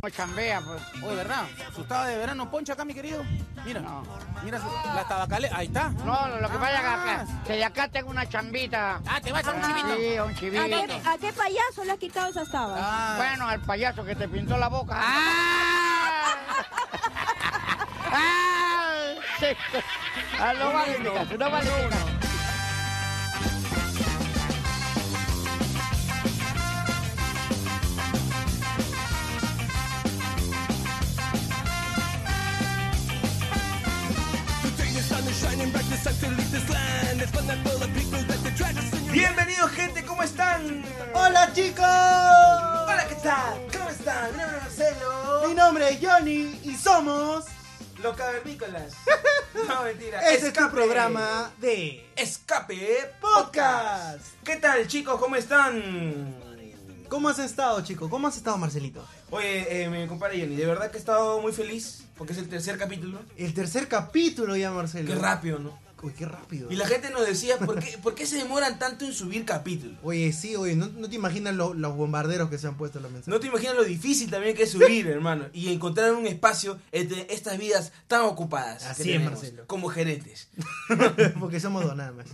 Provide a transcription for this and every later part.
pues chambea, pues. Oye, ¿verdad? Asustada de verano, poncha acá, mi querido. Mira, No. mira la tabacalera. Ahí está. No, lo, lo que Ah. pasa es que acá, que de acá tengo una chambita. Ah, te vas a un chivito. Sí, a un ¿A chivito. qué, a qué payaso le has quitado esas tabas? Ah, Bueno, al payaso que te pintó la boca. ¡Ah! ¡Ah! Sí. Ah, no vale mi caso, no vale mi caso. Bienvenidos gente, ¿cómo están? ¡Hola chicos! Hola, ¿qué tal? ¿Cómo están? Mi nombre es Mi Marcelo. nombre es Johnny y somos... Los cavernícolas. No, mentira. Este es tu Escape. programa de... Escape Podcast. Podcast. ¿Qué tal chicos? ¿Cómo están? ¿Cómo has estado chico? ¿Cómo has estado Marcelito? Oye, eh, mi compadre Johnny, de verdad que he estado muy feliz porque es el tercer capítulo. El tercer capítulo ya Marcelo. Qué rápido, ¿no? Uy, qué rápido. Y la gente nos decía, ¿por qué, ¿por qué se demoran tanto en subir capítulos? Oye, sí, oye, no, no te imaginas lo- los bombarderos que se han puesto en los mensajes. No te imaginas lo difícil también que es subir, hermano, y encontrar un espacio entre estas vidas tan ocupadas. que Así es, tenemos Marcelo. Como geretes. Porque somos dos nada más.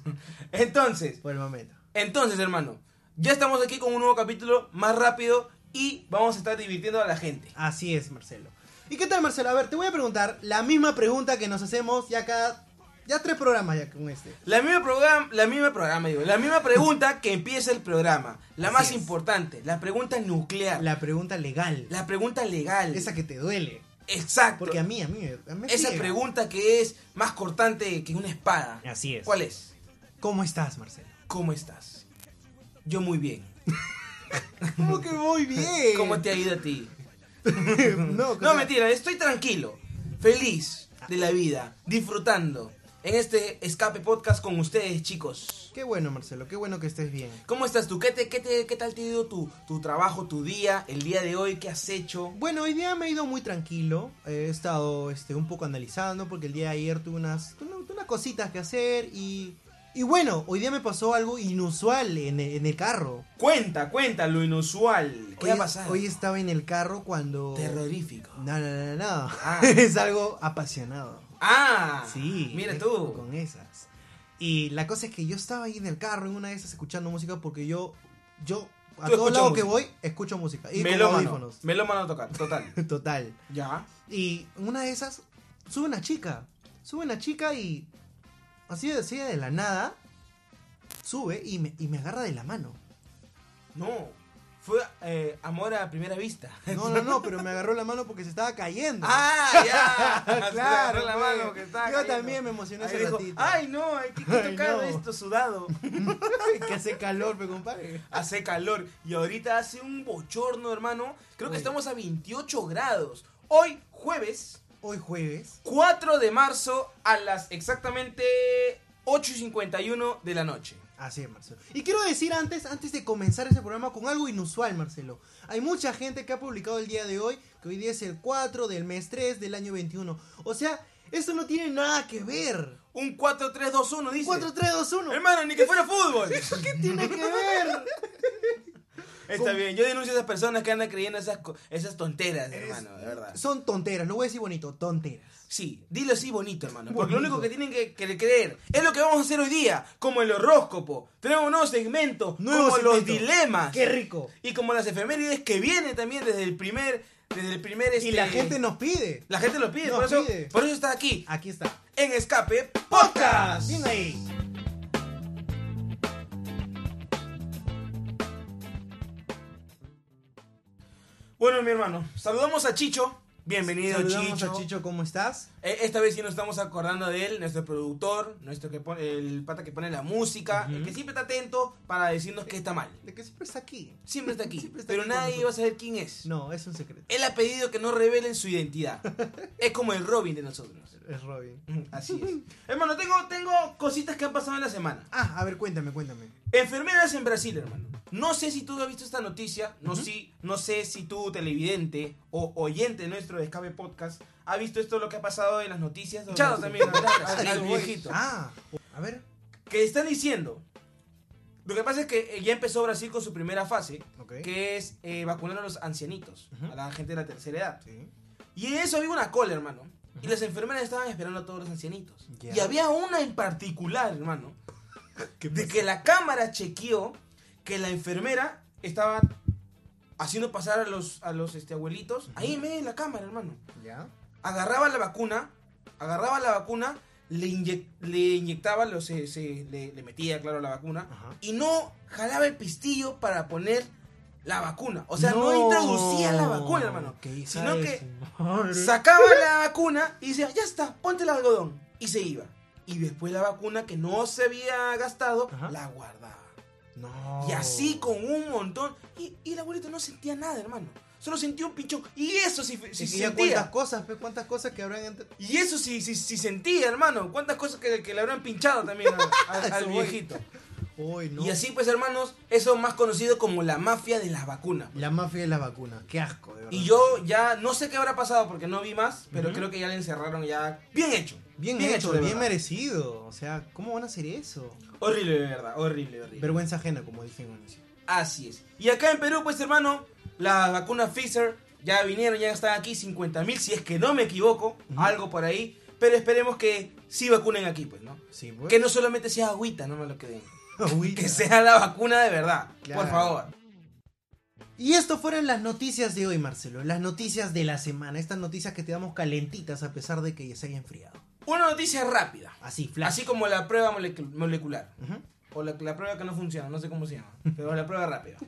Entonces, Por el momento. Entonces, hermano, ya estamos aquí con un nuevo capítulo más rápido y vamos a estar divirtiendo a la gente. Así es, Marcelo. ¿Y qué tal, Marcelo? A ver, te voy a preguntar la misma pregunta que nos hacemos ya cada... Ya tres programas ya con este. La misma programa, la misma programa, digo, la misma pregunta que empieza el programa, la Así más es. importante, la pregunta nuclear, la, La pregunta legal. pregunta legal. Esa que te duele. Exacto. Porque a mí, a mí, me- a mí me esa ciega. pregunta que es más cortante que una espada. Así es. ¿Cuál es? ¿Cómo estás, Marcelo? ¿Cómo estás? Yo muy bien. ¿Cómo que muy bien? ¿Cómo te ha ido a ti? no, No, mentira, estoy tranquilo, feliz de la vida, disfrutando en este escape podcast con ustedes, chicos. Qué bueno, Marcelo. Qué bueno que estés bien. ¿Cómo estás tú? ¿Qué, te- qué, te- qué tal te ha ido tu, tu trabajo, tu día, el día de hoy? ¿Qué has hecho? Bueno, hoy día me he ido muy tranquilo. He estado este, un poco analizando porque el día de ayer tuve unas, tuve una- tuve unas cositas que hacer y... Y bueno, hoy día me pasó algo inusual en el, en el carro. Cuenta, cuenta lo inusual. ¿Qué hoy, ha pasado? Hoy estaba en el carro cuando... Terrorífico. No, no, no, no. Ah. es algo apasionado. Ah, Sí. Mira es tú. Con esas. Y la cosa es que yo estaba ahí en el carro en una de esas escuchando música porque yo, yo, a Tú todo escuchas lado que música. voy, escucho música. Y con Melómano. audífonos. Melómano tocar, total. Total. ya. Y en una de esas, sube una chica. Sube una chica y así de, así de la nada, sube y me, y me agarra de la mano. No. Fue eh, amor a primera vista. No, no, no, pero me agarró la mano porque se estaba cayendo. Ah, ya. Se le agarró la pues. mano que estaba Yo cayendo. también me emocioné Ahí ese dijo, ratito. Ay, no, hay que Ay, tocar no. esto sudado. que hace calor, me compadre. Hace calor y ahorita hace un bochorno, hermano. Creo que Uy. estamos a 28 grados. Hoy, jueves Hoy jueves. 4 de marzo, a las exactamente 8.51 de la noche. Así es, Marcelo. Y quiero decir antes, antes de comenzar ese programa con algo inusual, Marcelo. Hay mucha gente que ha publicado el día de hoy, que hoy día es el 4 del mes 3 del año 21. O sea, eso no tiene nada que ver. Un 4-3-2-1, dice. 4, 3, 2, 1. Hermano, ni que fuera fútbol. ¿Qué tiene que ver? Está bien, yo denuncio a esas personas que andan creyendo esas, co- esas tonteras, hermano, de verdad. Son tonteras, lo voy a decir bonito, tonteras. Sí, dilo así bonito, hermano. Porque lo Bonito. único que tienen que, que creer es lo que vamos a hacer hoy día, como el horóscopo. Tenemos nuevos segmentos, Nuevos como los segmentos. dilemas. ¡Qué rico! Y como las efemérides que vienen también desde el primer, desde el primer este, Y la gente nos pide. la gente lo pide, nos por eso, pide. por eso está aquí Aquí está. en Escape Podcast. Bien ahí. Bueno, mi hermano, saludamos a Chicho. Bienvenido, Saludamos Chicho. a Chicho, ¿cómo estás? Eh, Esta vez sí nos estamos acordando de él, nuestro productor, nuestro que pone, el pata que pone la música, el que siempre está atento para decirnos que está mal. De que siempre está aquí. Siempre está aquí, Siempre está pero aquí con nadie va a nosotros. saber quién es. No, es un secreto. Él ha pedido que no revelen su identidad. es como el Robin de nosotros. Es Robin. Así es. hermano, tengo, tengo cositas que han pasado en la semana. Ah, a ver, cuéntame, cuéntame. Enfermeras en Brasil, hermano. No sé si tú has visto esta noticia, no, si, no sé si tú, televidente o oyente de nuestro de Escape Podcast, ha visto esto lo que ha pasado en las noticias. Chao también, al- al- al viejito. Ah, a ver. Que están diciendo Lo que pasa es que eh, ya empezó Brasil con su primera fase, Ok. que es eh, vacunar a los ancianitos, a la gente de la tercera edad. Sí. Y en eso había una cola, hermano. Y las enfermeras estaban esperando a todos los ancianitos. Ya. Y había una en particular, hermano, de que la cámara chequeó que la enfermera estaba haciendo pasar a los, a los este, abuelitos. Ahí me en la cámara, hermano. Ya. Agarraba la vacuna, agarraba la vacuna, le, inye- le inyectaba, los, eh, se- le, le metía, claro, la vacuna. Ajá. Y no jalaba el pistillo para poner la vacuna. O sea, no, No, introducía la vacuna, hermano. qué hija Sino de que su madre. sacaba la vacuna y decía, ya está, ponte el algodón. Y se iba. Y después la vacuna que no se había gastado, Ajá. Oh. la guardaba. No. Y así con un montón. Y, y el abuelito no sentía nada, hermano. Solo sentía un pichón. Y eso sí, sí Sí, sí, cuántas sentía. cosas, pues, cuántas cosas que habrán entre- Y eso sí, sí, sí sentía, hermano. Cuántas cosas que, que le habrán pinchado también a- a- Eso al voy. viejito. Uy, no. Y así pues, hermanos, eso más conocido como la mafia de las vacunas. La mafia de las vacunas. Qué asco, de verdad. Y yo ya no sé qué habrá pasado porque no vi más, pero creo que ya le encerraron ya. Bien hecho. Bien, hecho, de bien verdad. merecido. O sea, ¿cómo van a hacer eso? Horrible, de verdad, horrible, horrible. Vergüenza ajena, como dije en un inicio. Así es. Y acá en Perú, pues hermano, las vacunas Pfizer ya vinieron, ya están aquí, 50 mil, si es que no me equivoco, algo por ahí. Pero esperemos que sí vacunen aquí, pues, ¿no? Sí, pues. Que no solamente sea agüita, no me lo queden. Agüita. Que sea la vacuna de verdad, Claro. por favor. Y esto fueron las noticias de hoy, Marcelo. Las noticias de la semana. Estas noticias que te damos calentitas a pesar de que ya se haya enfriado. Una noticia rápida. Así, flash. Así como la prueba molecu- molecular. Ujú. O la, la prueba que no funciona, no sé cómo se llama. Pero la prueba rápida.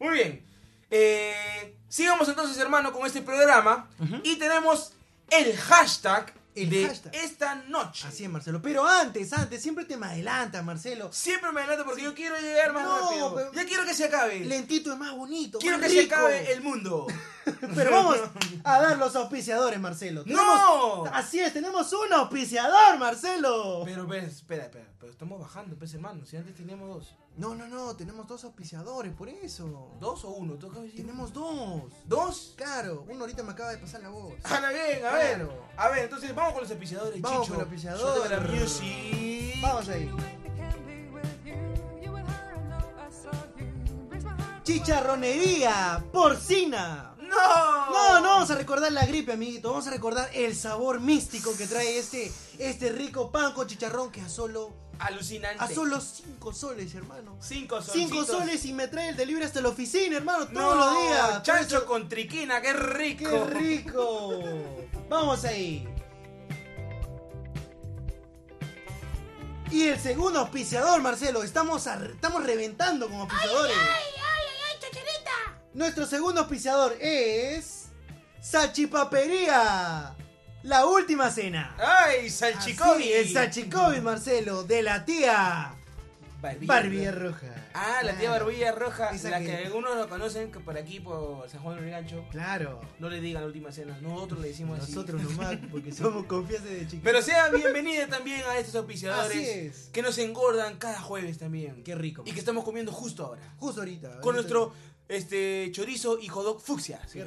Muy bien. Eh, sigamos entonces, hermano, con este programa. Y tenemos el hashtag El de hashtag. esta noche. Así es, Marcelo. Pero antes, antes, siempre te me adelantas, Marcelo. Siempre me adelanto porque yo quiero llegar más No, rápido. pero- Ya quiero que se acabe. Lentito es más bonito. quiero que más se rico. acabe el mundo. Pero vamos a dar los auspiciadores, Marcelo. ¡No! Así es, tenemos un auspiciador, Marcelo. Pero, pero, espera, espera. Pero estamos bajando, pues, hermano. Si antes teníamos dos. No, no, no, tenemos dos auspiciadores, por eso. ¿Dos o uno? ¿Tú acabas de decir? Tenemos dos. ¿Dos? Claro, uno ahorita me acaba de pasar la voz. Jala bien, a ver. Claro. A ver, entonces vamos con los auspiciadores, Vamos Chicho. con los auspiciadores. Suéltame la music. Vamos ahí. Chicharronería, porcina. ¡No! No, no vamos a recordar la gripe, amiguito. Vamos a recordar el sabor místico que trae este, este rico pan con chicharrón que a solo, Alucinante. a solo 5 soles, hermano. Cinco soles. 5 soles y me trae el delivery hasta la oficina, hermano, No, todos los días. Chancho con triquina, qué rico. ¡Qué rico! Vamos ahí. Y el segundo auspiciador, Marcelo, estamos, ar- estamos reventando como auspiciadores. Nuestro segundo auspiciador es. Sachipapería, la última cena. Ay, salchicobi. Así, El Sachicobi, Marcelo, de la tía Barbilla. Barbilla Roja. Ah, la tía Claro. Barbilla Roja, Esa la que- que... algunos lo conocen que por aquí, por San Juan del Gancho. Claro. No le digan la última cena, nosotros le decimos así. Nosotros nomás, porque somos confianza de chicos. Pero sea bienvenida también a estos auspiciadores Así es. que nos engordan cada jueves también. Qué rico. Y que estamos comiendo justo ahora. Justo ahorita. Con ahorita- nuestro este chorizo y jodog fucsia. ¿sí?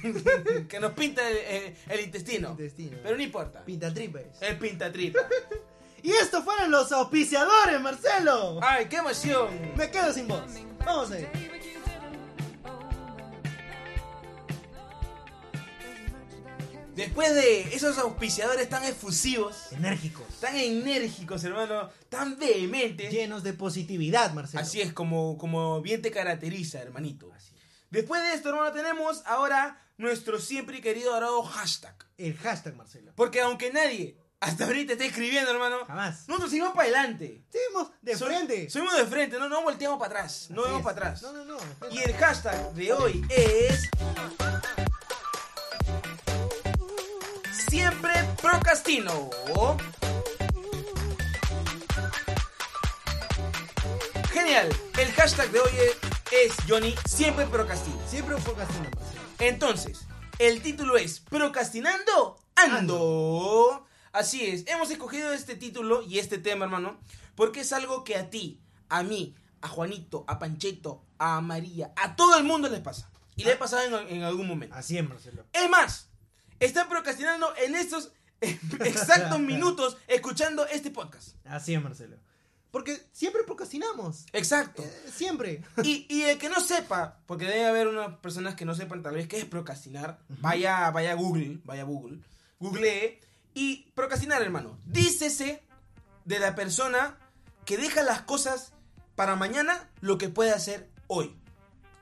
que nos pinta el, el- el intestino. Intestino. Pero no importa. Pinta tripes. el pintatripa. Y estos fueron los auspiciadores, Marcelo. ¡Ay, qué emoción! Me quedo sin voz. Vamos ahí. Después de esos auspiciadores tan efusivos, Enérgicos. tan enérgicos, hermano, tan vehementes. Llenos de positividad, Marcelo. Así es, como, como bien te caracteriza, hermanito. Después de esto, hermano, tenemos ahora nuestro siempre y querido dorado hashtag. El hashtag, Marcelo. Porque aunque nadie hasta ahorita esté escribiendo, hermano, Jamás. nosotros seguimos para adelante. Seguimos de Soy- frente. Seguimos de frente, no, no volteamos para atrás. No Así vemos es. pues. para atrás. No, no, no. de frente. Y el hashtag de hoy es. Siempre procrastino. Genial. El hashtag de hoy es, es, Johnny Siempre procrastino. Siempre un poco así, Marcelo. Entonces, el título es Procrastinando Ando. Así es, hemos escogido este título y este tema, hermano, porque es algo que a ti, a mí, a Juanito, a Pancheto, a María, a todo el mundo les pasa. Y le ha pasado en, en algún momento. Así es, Marcelo. Es más, están procrastinando en estos exactos minutos escuchando este podcast. Así es, Marcelo. Porque siempre procrastinamos. Exacto. Eh, siempre. Y, y el que no sepa, porque debe haber unas personas que no sepan tal vez qué es procrastinar, vaya, vaya a Google, vaya a Google, googlee. Y procrastinar, hermano, dícese de la persona que deja las cosas para mañana lo que puede hacer hoy.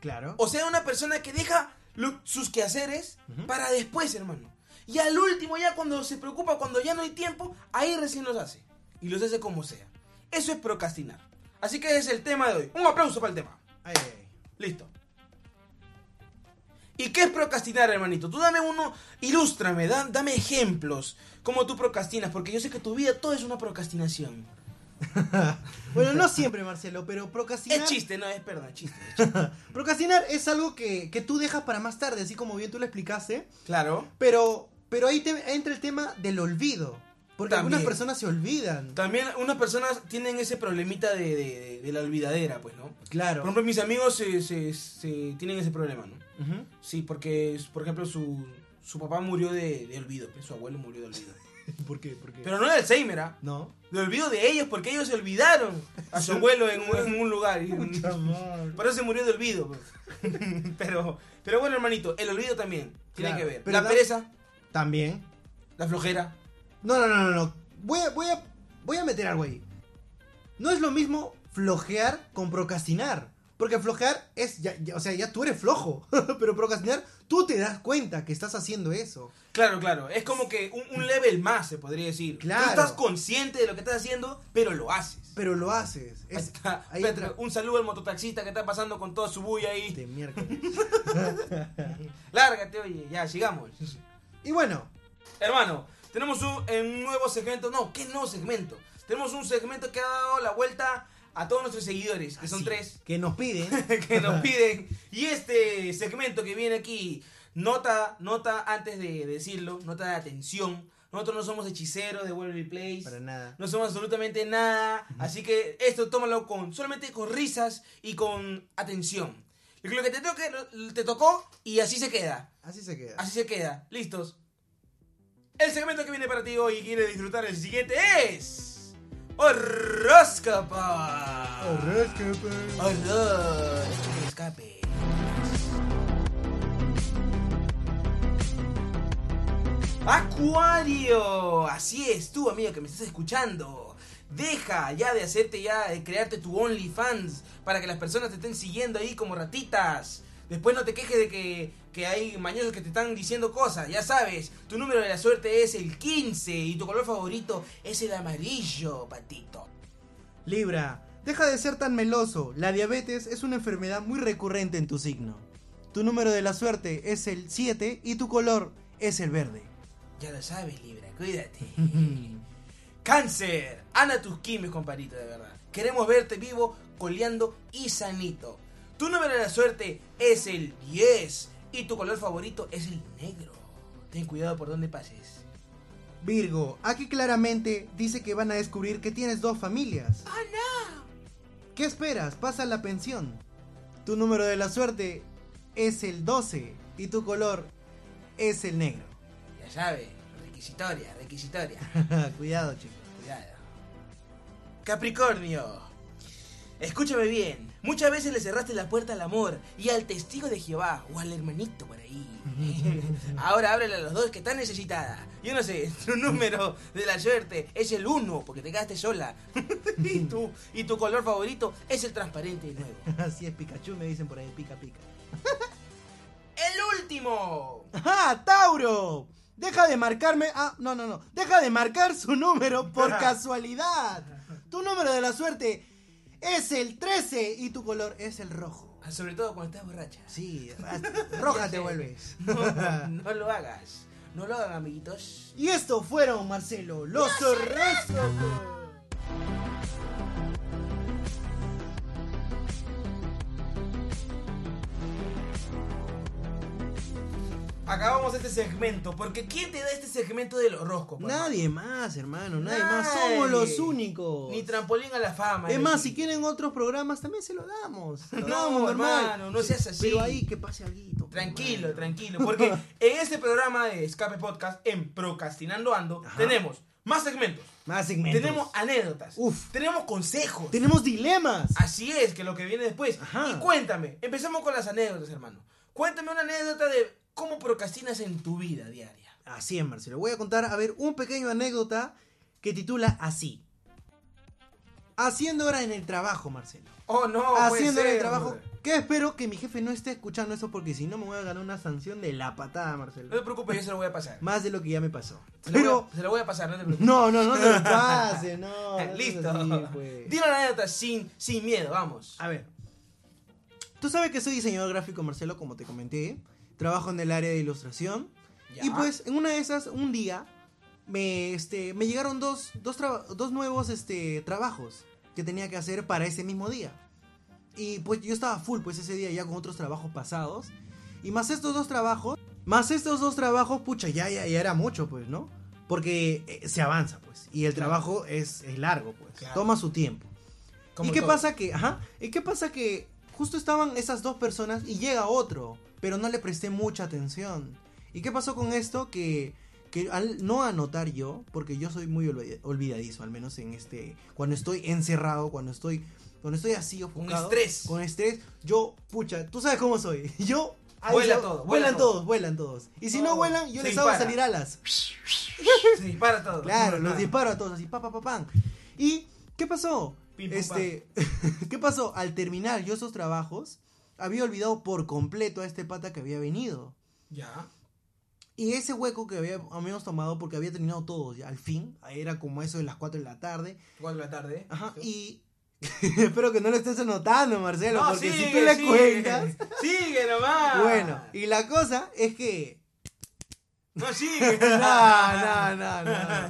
Claro. O sea, una persona que deja lo- sus quehaceres para después, hermano. Y al último, ya cuando se preocupa, cuando ya no hay tiempo, ahí recién los hace. Y los hace como sea. Eso es procrastinar. Así que ese es el tema de hoy. Un aplauso para el tema. Ay, ay, ay. Listo. ¿Y qué es procrastinar, hermanito? Tú dame uno, ilústrame, da- dame ejemplos. ¿Cómo tú procrastinas? Porque yo sé que tu vida todo es una procrastinación. Bueno, no siempre, Marcelo, pero procrastinar. Es chiste, no, es perdón, chiste. es chiste. Procrastinar es algo que, que tú dejas para más tarde, así como bien tú lo explicaste. Claro. Pero, pero ahí te entra el tema del olvido. Porque algunas También. personas se olvidan. También unas personas tienen ese problemita de, de- de- de la olvidadera, pues, ¿no? Por Claro. ejemplo, mis amigos se, se- se tienen ese problema, ¿no? Ujú. Sí, porque, por ejemplo, su, su papá murió de, de olvido, pues, su abuelo murió de olvido. ¿Por qué? ¿Por qué? Pero no de Alzheimer, ¿ah? No. Lo olvido de ellos porque ellos se olvidaron a su abuelo en un, en un lugar. Y- Por eso se murió de olvido. pues. Pero, pero bueno, hermanito, el olvido también tiene Claro, que ver. pero la da- pereza, También. la flojera. No, no, no, no, no. Voy a, voy a, voy a meter algo ahí. No es lo mismo flojear con procrastinar. Porque flojear es, ya, ya- o sea, ya tú eres flojo. Pero procrastinar, tú te das cuenta que estás haciendo eso. Claro, claro. Es como que un, un level más, se podría decir. Tú Claro. estás consciente de lo que estás haciendo, pero lo haces. Pero lo haces. Ahí Es, está. ahí Petro, entra- un saludo al mototaxista que está pasando con toda su bulla ahí. de miércoles. Lárgate, oye, ya, sigamos. Y bueno, Hermano, tenemos un, un nuevo segmento. No, ¿qué nuevo segmento? Tenemos un segmento que ha dado la vuelta a todos nuestros seguidores, que son así, tres, Que nos piden. que nos piden. Y este segmento que viene aquí, nota, nota antes de decirlo, nota de atención. Nosotros no somos hechiceros de World Place. Para nada. No somos absolutamente nada. Así que esto tómalo con solamente con risas y con atención. Lo que te, toque, lo- te tocó y así se queda. Así se queda. Así se queda. Listos. El segmento que viene para ti hoy y quiere disfrutar el siguiente es. Horóscopo. pues. Horóscopo escape. Acuario, así es tú amigo que me estás escuchando. Deja ya de hacerte ya de crearte tu OnlyFans para que las personas te estén siguiendo ahí como ratitas. Después no te quejes de que, que hay mañosos que te están diciendo cosas, ya sabes. Tu número de la suerte es el 15 y tu color favorito es el amarillo, patito. Libra, deja de ser tan meloso. La diabetes es una enfermedad muy recurrente en tu signo. Tu número de la suerte es el 7 y tu color es el verde. Ya lo sabes, Libra, cuídate. Cáncer, anda tus quimes, compadrito, de verdad. Queremos verte vivo, coleando y sanito. Tu número de la suerte es el 10 y tu color favorito es el negro. Ten cuidado por donde pases. Virgo, aquí claramente dice que van a descubrir que tienes dos familias. ¿Qué esperas? Pasa la pensión. Tu número de la suerte es el 12 y tu color es el negro. Ya sabes, requisitoria, requisitoria. Cuidado, chicos. Cuidado. Capricornio. Escúchame bien. Muchas veces le cerraste la puerta al amor y al testigo de Jehová o al hermanito por ahí. Ahora ábrele a los dos que están necesitadas. Yo no sé, tu número de la suerte es el 1 porque te quedaste sola. y, tu, y tu color favorito es el transparente y nuevo. Así es Pikachu, me dicen por ahí, pica pica. El último. ¡Ah, Tauro! Deja de marcarme. Ah, no, no, no. Deja de marcar su número por casualidad. Tu número de la suerte es el 13 y tu color es el rojo. Ah, Sobre todo cuando estás borracha. Sí, ra- roja te vuelves. No, no lo hagas. No lo hagan, amiguitos. Y estos fueron, Marcelo, los horóscopos. Acabamos este segmento, porque ¿quién te da este segmento del horóscopo? hermano? Nadie más, hermano, nadie, más. Nadie. Somos los únicos. Ni trampolín a la fama. es más, decir. si quieren otros programas también se lo damos. Lo No, damos normal. hermano, no seas así. Pero ahí que pase algo. Tranquilo, tranquilo. Porque en este programa de Escape Podcast, en Procrastinando Ando, tenemos Más segmentos. Más segmentos. Tenemos anécdotas. Uf. Tenemos consejos. Tenemos dilemas. Así es, que lo que viene después. Ajá. Y cuéntame, empezamos con las anécdotas, hermano. Cuéntame una anécdota de cómo procrastinas en tu vida diaria. Así es, Marcelo. Voy a contar, a ver, un pequeño anécdota que titula así. Haciendo horas en el trabajo, Marcelo. Oh, no. puede Haciendo horas en ser, el trabajo. brother. Que espero que mi jefe no esté escuchando eso porque si no me voy a ganar una sanción de la No patada, te Marcelo. preocupes, yo se lo voy a pasar. Más de lo que ya me pasó. Se Eh. lo, Pero... voy, a, se lo voy a pasar, no te preocupes. No, no, no te lo pases, no. no seas Listo. así, pues. Ah, Dilo la anécdota sin, sin miedo, vamos. A ver. Tú sabes que soy diseñador gráfico, Marcelo, como te comenté. Trabajo en el área de ilustración. Ya. Y pues, en una de esas, un día, me, este, me llegaron dos, dos, traba- dos nuevos este, trabajos que tenía que hacer para ese mismo día. Y pues yo estaba full, pues ese día ya con otros trabajos pasados. Y más estos dos trabajos, más estos dos trabajos, pucha, ya, ya, ya era mucho, pues, ¿no? Porque eh, se avanza, pues. Y el Claro. trabajo es, es largo, pues. Claro. Toma su tiempo. Como ¿Y qué todo. pasa que, ajá, y qué pasa que justo estaban esas dos personas y llega otro, pero no le presté mucha atención. ¿Y qué pasó con esto? Que, que al no anotar yo, porque yo soy muy olvi- olvidadizo, al menos en este, cuando estoy encerrado, cuando estoy, cuando estoy así ofuscado, estrés. Con estrés, yo, pucha, tú sabes cómo soy, yo... ahí Vuela se- todo, vuela vuelan todo. todos, vuelan todos. Y si no Todo. vuelan, yo Se les hago dispara. salir alas. Se dispara todo. Claro, los disparo a todos así, pa, pa, pa, pam. ¿Y qué pasó? Pim, pum, este, ¿qué pasó? Al terminar yo esos trabajos, había olvidado por completo a este pata que había venido. Ya. Y ese hueco que había- habíamos tomado porque había terminado todo, ya, al fin, era como eso de las 4 de la tarde. Cuatro de la tarde. Ajá, y espero que no lo estés anotando, Marcelo, No, porque si tú sigue, le sigue. cuentas... Sigue nomás. Bueno, y la cosa es que... No, sigue. No, no, no, no.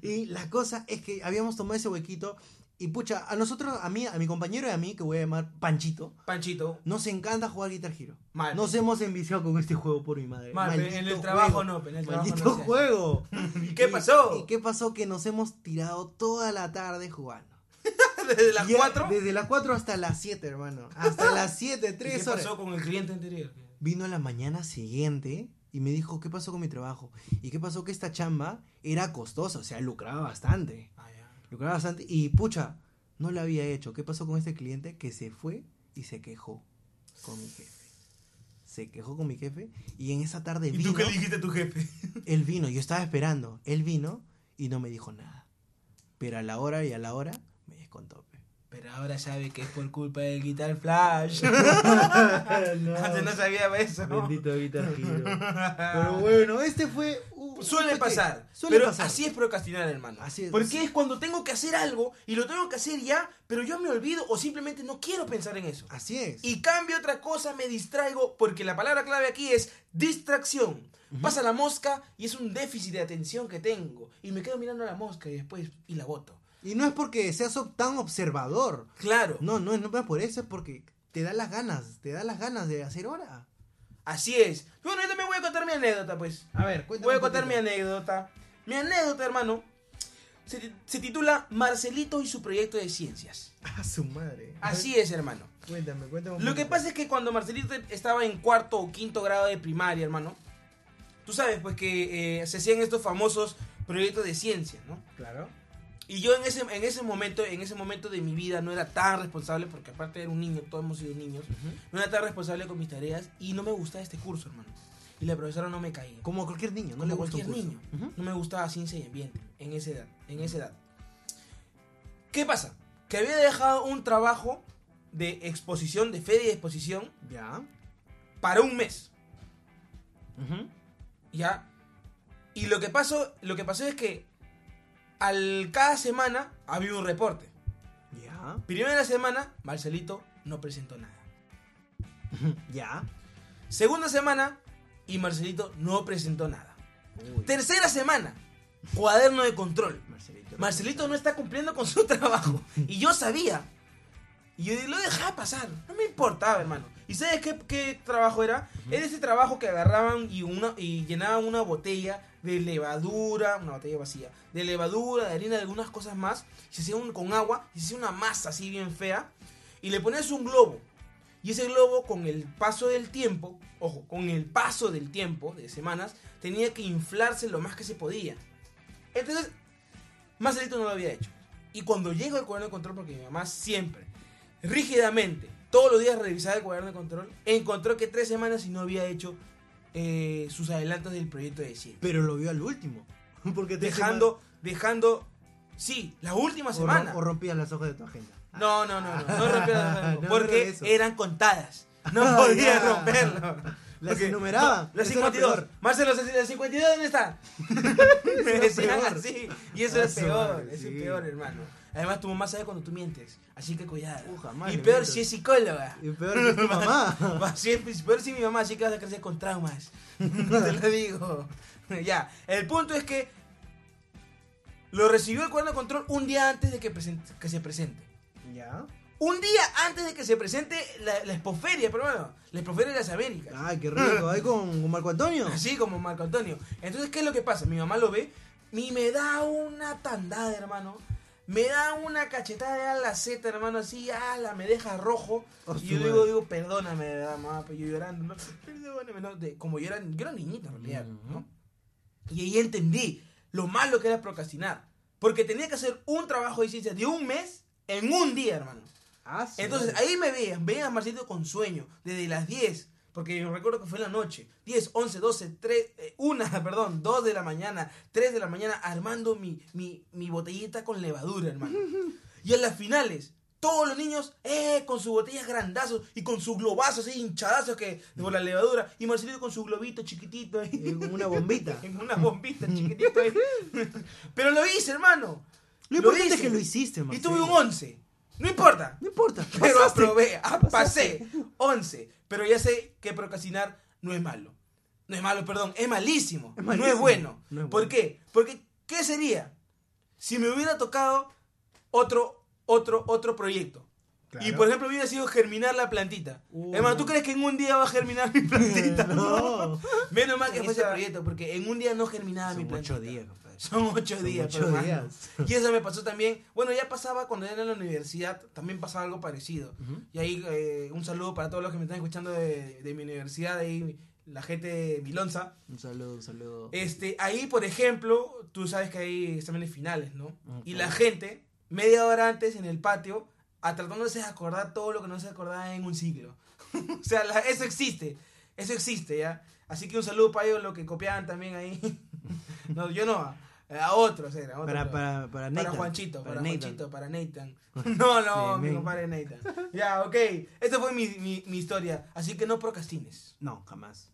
Y la cosa es que habíamos tomado ese huequito y pucha, a nosotros, a mí, a mi compañero y a mí, que voy a llamar Panchito, Panchito. nos encanta jugar Guitar Hero. Mal. Nos hemos enviciado con este juego por mi madre. Mal, pero en Maldito el trabajo juego. no, pero en el trabajo Maldito no se hace. juego. ¿Y qué pasó? ¿Y qué pasó? Que nos hemos tirado toda la tarde jugando. Desde las Ya, cuatro. Desde las 4 hasta las 7, hermano. Hasta las 7, ¿Y ¿Qué 3 horas. pasó con el cliente anterior? Vino a la mañana siguiente y me dijo, ¿qué pasó con mi trabajo? Y qué pasó que esta chamba era costosa, o sea, lucraba bastante. Ah, ya. Lucraba bastante. Y pucha, no lo había hecho. ¿Qué pasó con este cliente? Que se fue y se quejó con mi jefe. Se quejó con mi jefe y en esa tarde ¿Y tú vino. qué le dijiste a tu jefe? Él vino, yo estaba esperando. Él vino y no me dijo nada. Pero a la hora y a la hora me descontó. pe. Pero ahora sabe que es por culpa del Guitar Flash. Ah, Antes no sabía eso. Guitar Pero bueno, este fue. un- Suele fue que- pasar. Suele pero pasar. así es procrastinar, hermano. Así es, Porque así es cuando tengo que hacer algo y lo tengo que hacer ya, pero yo me olvido o simplemente no quiero pensar en eso. Así es. Y cambio otra cosa, me distraigo, porque la palabra clave aquí es distracción. Pasa la mosca y es un déficit de atención que tengo. Y me quedo mirando a la mosca y después y la boto. Y no es porque seas ob- tan observador. Claro. No, no, no es por eso, es porque te da las ganas, te da las ganas de hacer hora. Así es. Bueno, yo también voy a contar mi anécdota, pues. A ver, Voy a contar mi anécdota. Mi anécdota, hermano, se, ti- se titula Marcelito y su proyecto de ciencias. A su madre. Así es, hermano. Cuéntame, cuéntame. Lo que pasa es que cuando Marcelito estaba en cuarto o quinto grado de primaria, hermano, tú sabes, pues que eh, se hacían estos famosos proyectos de ciencia, ¿no? Claro. Y yo en ese, en ese momento, en ese momento de mi vida no era tan responsable, porque aparte era un niño, todos hemos sido niños, no era tan responsable con mis tareas y no me gustaba este curso, hermano. Y la profesora no me caía. Como a cualquier niño, no Como le gusta un cualquier curso. niño. Ujú. No me gustaba ciencia y ambiente en esa edad, en esa edad. ¿Qué pasa? Que había dejado un trabajo de exposición, de feria de exposición, Ya. para un mes. ¿Ya? Y lo que pasó, lo que pasó es que al cada semana había un reporte. Ya. Primera semana, Marcelito no presentó nada. Ya. Segunda semana, y Marcelito no presentó nada. Uy, Tercera semana, cuaderno de control. Marcelito. Marcelito no está cumpliendo con su trabajo. Y yo sabía. Y yo lo dejaba pasar. No me importaba, hermano. ¿Y sabes qué, qué trabajo era? Era ese trabajo que agarraban y, una, y llenaban una botella de levadura, una botella vacía, de levadura, de harina, de algunas cosas más. Se hacía un- con agua, se hacía una masa así bien fea. Y le ponías un globo. Y ese globo, con el paso del tiempo, ojo, con el paso del tiempo, de semanas, tenía que inflarse lo más que se podía. Entonces, Marcelito no lo había hecho. Y cuando llego al cuaderno de control, porque mi mamá siempre, rígidamente, todos los días revisaba el cuaderno de control, encontró que tres semanas y no había hecho eh, sus adelantos del proyecto de cine. Pero lo vio al último. Porque te Dejando, dejando, sí, la última o, rom- semana. o rompías las hojas de tu agenda. No, no, no, no, no rompía las manos, No, no era porque eso. eran contadas. No Ah, podía ya. romperlo. Las Porque- enumeraba, no, las eso era 52. peor. Marcelo, las las 52, ¿dónde está? Me era decían peor. así. Y eso es Eso, peor, madre, eso es sí. peor, hermano. Además, tu mamá sabe cuando tú mientes. Así que cuidado. Uh, jamás y le peor miento. si es psicóloga. Y peor que tu mamá. Va, si es- peor si mi mamá, así que vas a crecer con traumas. Te lo digo. ya, el punto es que lo recibió el cuaderno de control un día antes de que, present- que se presente. ¿Ya? Un día antes de que se presente la, la expoferia, pero bueno, la expoferia de las Américas. Ay, qué rico. Ahí con, con Marco Antonio. Así como Marco Antonio. Entonces, ¿qué es lo que pasa? Mi mamá lo ve y me da una tandada, hermano. Me da una cachetada a la Z, hermano, así, ala, me deja rojo. Oh, y su yo madre. digo, digo, perdóname, de ¿verdad, mamá? Pero yo llorando, ¿no? Perdóname, ¿no? De- como yo era, yo era niñita, en realidad, ¿no? Y ahí entendí lo malo que era procrastinar. Porque tenía que hacer un trabajo de ciencia de un mes en un día, hermano. Ah, su Entonces madre. ahí me veían, veían a Marcito con sueño, desde las 10, porque yo recuerdo que fue en la noche, 10, 11, 12, 3, 1, eh, perdón, 2 de la mañana, 3 de la mañana, armando mi, mi, mi botellita con levadura, hermano. Y en las finales, todos los niños, eh, con sus botellas grandazos y con sus globazos, así hinchadazos que por la levadura, y Marcelito con su globito chiquitito ahí. Eh, con una bombita. En una bombita chiquitito ahí. Pero lo hice, hermano. Lo importante hice. es que lo hiciste, Y Marcelo. tuve un 11. No importa. No importa. Pero pasaste. aprobé, ah, pasé 11. Pero ya sé que procrastinar no es malo. No es malo, perdón, es malísimo. No Es es malísimo. bueno. No es ¿Por bueno. qué? Porque, ¿qué sería si me hubiera tocado otro, otro, otro proyecto? Claro. Y por ejemplo hubiera sido germinar la plantita. Uh, Hermano, ¿tú no. crees que en un día va a germinar mi plantita? No. Menos mal que En fue ese esta- proyecto, porque en un día no germinaba mi Son plantita. ocho días, compadre. Son ocho Son días. ocho pero, hermano. días. Y eso me pasó también. Bueno, ya pasaba cuando era en la universidad, también pasaba algo parecido. Y ahí eh, un saludo para todos los que me están escuchando de, de mi universidad, ahí la gente de Milonza. Un saludo, un saludo. Este, ahí, por ejemplo, tú sabes que hay exámenes finales, ¿no? Ok. Y la gente, media hora antes en el patio, a tratándose de acordar todo lo que no se acordaba en un siglo. o sea, la- eso existe. Eso existe, ¿ya? Así que un saludo para ellos, lo que copiaban también ahí. no, yo no, a, a otros era. a otros. Para, para, para Nathan. Juanchito, para, Nathan. Juanchito, para Nathan. No, no, Sí, mi men. compadre Nathan. Ya, ok. Esa fue mi, mi- mi historia. Así que no procrastines. No, jamás.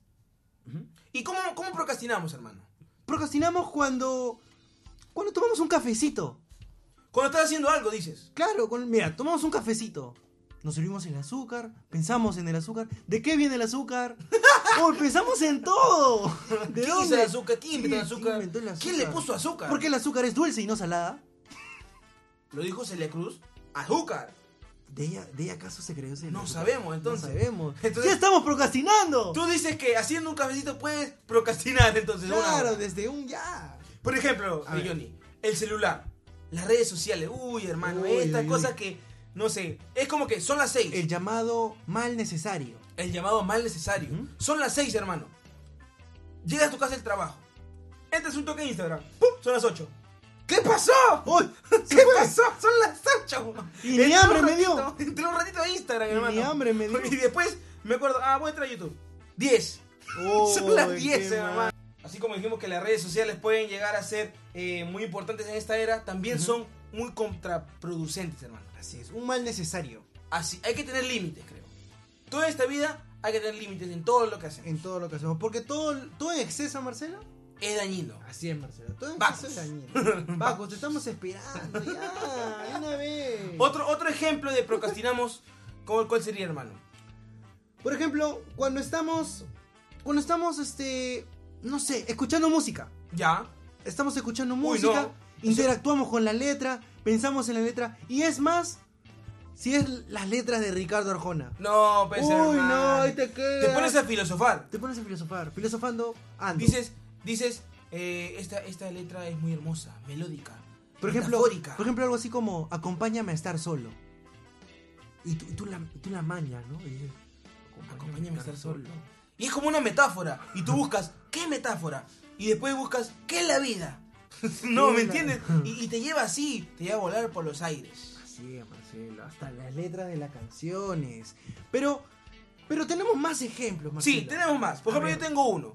¿Y cómo, cómo procrastinamos, hermano? Procrastinamos cuando. Cuando tomamos un cafecito. Cuando estás haciendo algo, dices. Claro, con- mira, tomamos un cafecito. Nos servimos el azúcar, pensamos en el azúcar. ¿De qué viene el azúcar? ¡Oh, pensamos en todo! ¿De ¿Quién dónde? hizo el azúcar? ¿Quién inventó el ¿Quién- azúcar? quién inventó el ¿Quién le puso azúcar? Porque el azúcar es dulce y no salada. Lo dijo Celia Cruz. ¡Azúcar! ¿De ella, de ella acaso se creó ese No azúcar? sabemos, entonces. No sabemos. Entonces- ¡Ya estamos procrastinando! Tú dices que haciendo un cafecito puedes procrastinar entonces. una Claro, hora. desde un ya. Por ejemplo, A ver. Johnny, el celular, las redes sociales. Uy, hermano, Uy, estas uy, cosas uy. que, no sé, es como que son las seis. El El, llamado mal necesario. llamado mal necesario. Ujú. Son las seis, hermano. Llegas a tu casa del trabajo. Entras un toque en Instagram. ¡Pum! Son las ocho. ¿Qué pasó? ¡Uy! ¿Qué pasó? Son las 8. Y ni hambre me dio. Entré un ratito a Instagram, Y hermano. ni hambre me dio. Y después me acuerdo, ah, voy a entrar a YouTube. 10. Son las 10, hermano. Así como dijimos que las redes sociales pueden llegar a ser eh, muy importantes en esta era, también son muy contraproducentes, hermano. Así es, un mal necesario Así, hay que tener límites, creo. Toda esta vida hay que tener límites en todo lo que hacemos. en todo lo que hacemos. Porque todo, todo en exceso, Marcelo. Es dañino. Así es, Marcelo. Todo en Bajos. exceso es dañino. Bajos, te estamos esperando ya. de Una vez. Otro, otro ejemplo de procrastinamos, ¿cuál cuál sería, hermano? Por ejemplo, cuando estamos. Cuando estamos, este. No sé, escuchando música. Ya. Estamos escuchando Uy, música. no. Interactuamos con la letra. Pensamos en la letra. Y es más, si es las letras de Ricardo Arjona. No, pues, Uy, no, hermano. ahí te quedas. Te pones a filosofar. Te pones a filosofar. Filosofando, ando. Dices, dices, eh, esta, esta letra es muy hermosa, melódica, Por ejemplo, metafórica. por ejemplo, algo así como acompáñame a estar solo. Y tú, y tú la, tú la mañas, ¿no? Y dices, acompáñame a estar solo. Y es como una metáfora. Y tú buscas, ¿qué metáfora? Y después buscas, ¿qué es la vida? No, ¿me entiendes? Y, y te lleva así, te lleva a volar por los aires. Así es, Marcelo, hasta las letras de las canciones. Pero, pero tenemos más ejemplos, Marcelo. Sí, tenemos más. Por A ejemplo, ver. yo tengo uno.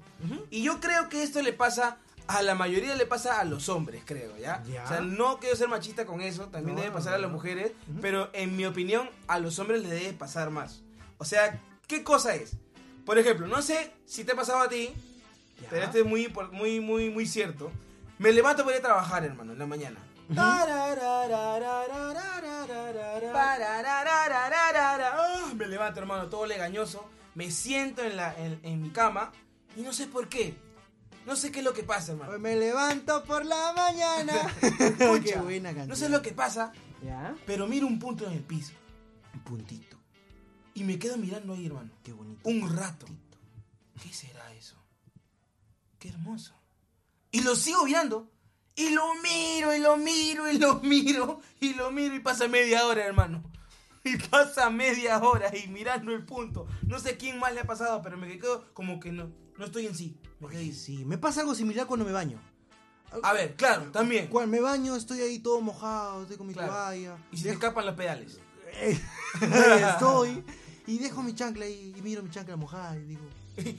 Y yo creo que esto le pasa a la mayoría, le pasa a los hombres, creo, ¿ya? Ya. O sea, no quiero ser machista con eso, también No, debe no, pasar a no. las mujeres, pero en mi opinión, a los hombres les debe pasar más. O sea, ¿qué cosa es? Por ejemplo, no sé si te ha pasado a ti, Ya. pero este es muy, impor- muy, muy, muy cierto. Me levanto para ir a trabajar, hermano, en la mañana. Pararararararararararararara. Ah, Me levanto, hermano, todo legañoso. Me siento en, la, en, en mi cama y no sé por qué. No sé qué es lo que pasa, Hoy hermano. me levanto por la mañana. Qué Escucha, buena canción. no sé lo que pasa, Ya. pero miro un punto en el piso. Un puntito. Y me quedo mirando ahí, hermano. Qué bonito. Un rato. ¿Qué será eso? Qué hermoso. Y lo sigo mirando. Y lo miro, y lo miro, y lo miro, y lo miro, y pasa media hora, hermano. Y pasa media hora y mirando el punto. No sé quién más le ha pasado, pero me quedo como que no, no estoy en sí. Me quedé Oye, ahí. sí, me pasa algo similar cuando me baño. A ver, claro, también. Cuando me baño estoy ahí todo mojado, estoy con mi Claro. toalla. Y se te dejo- escapan los pedales. Ahí estoy. Y dejo mi chancla ahí y miro mi chancla mojada y digo,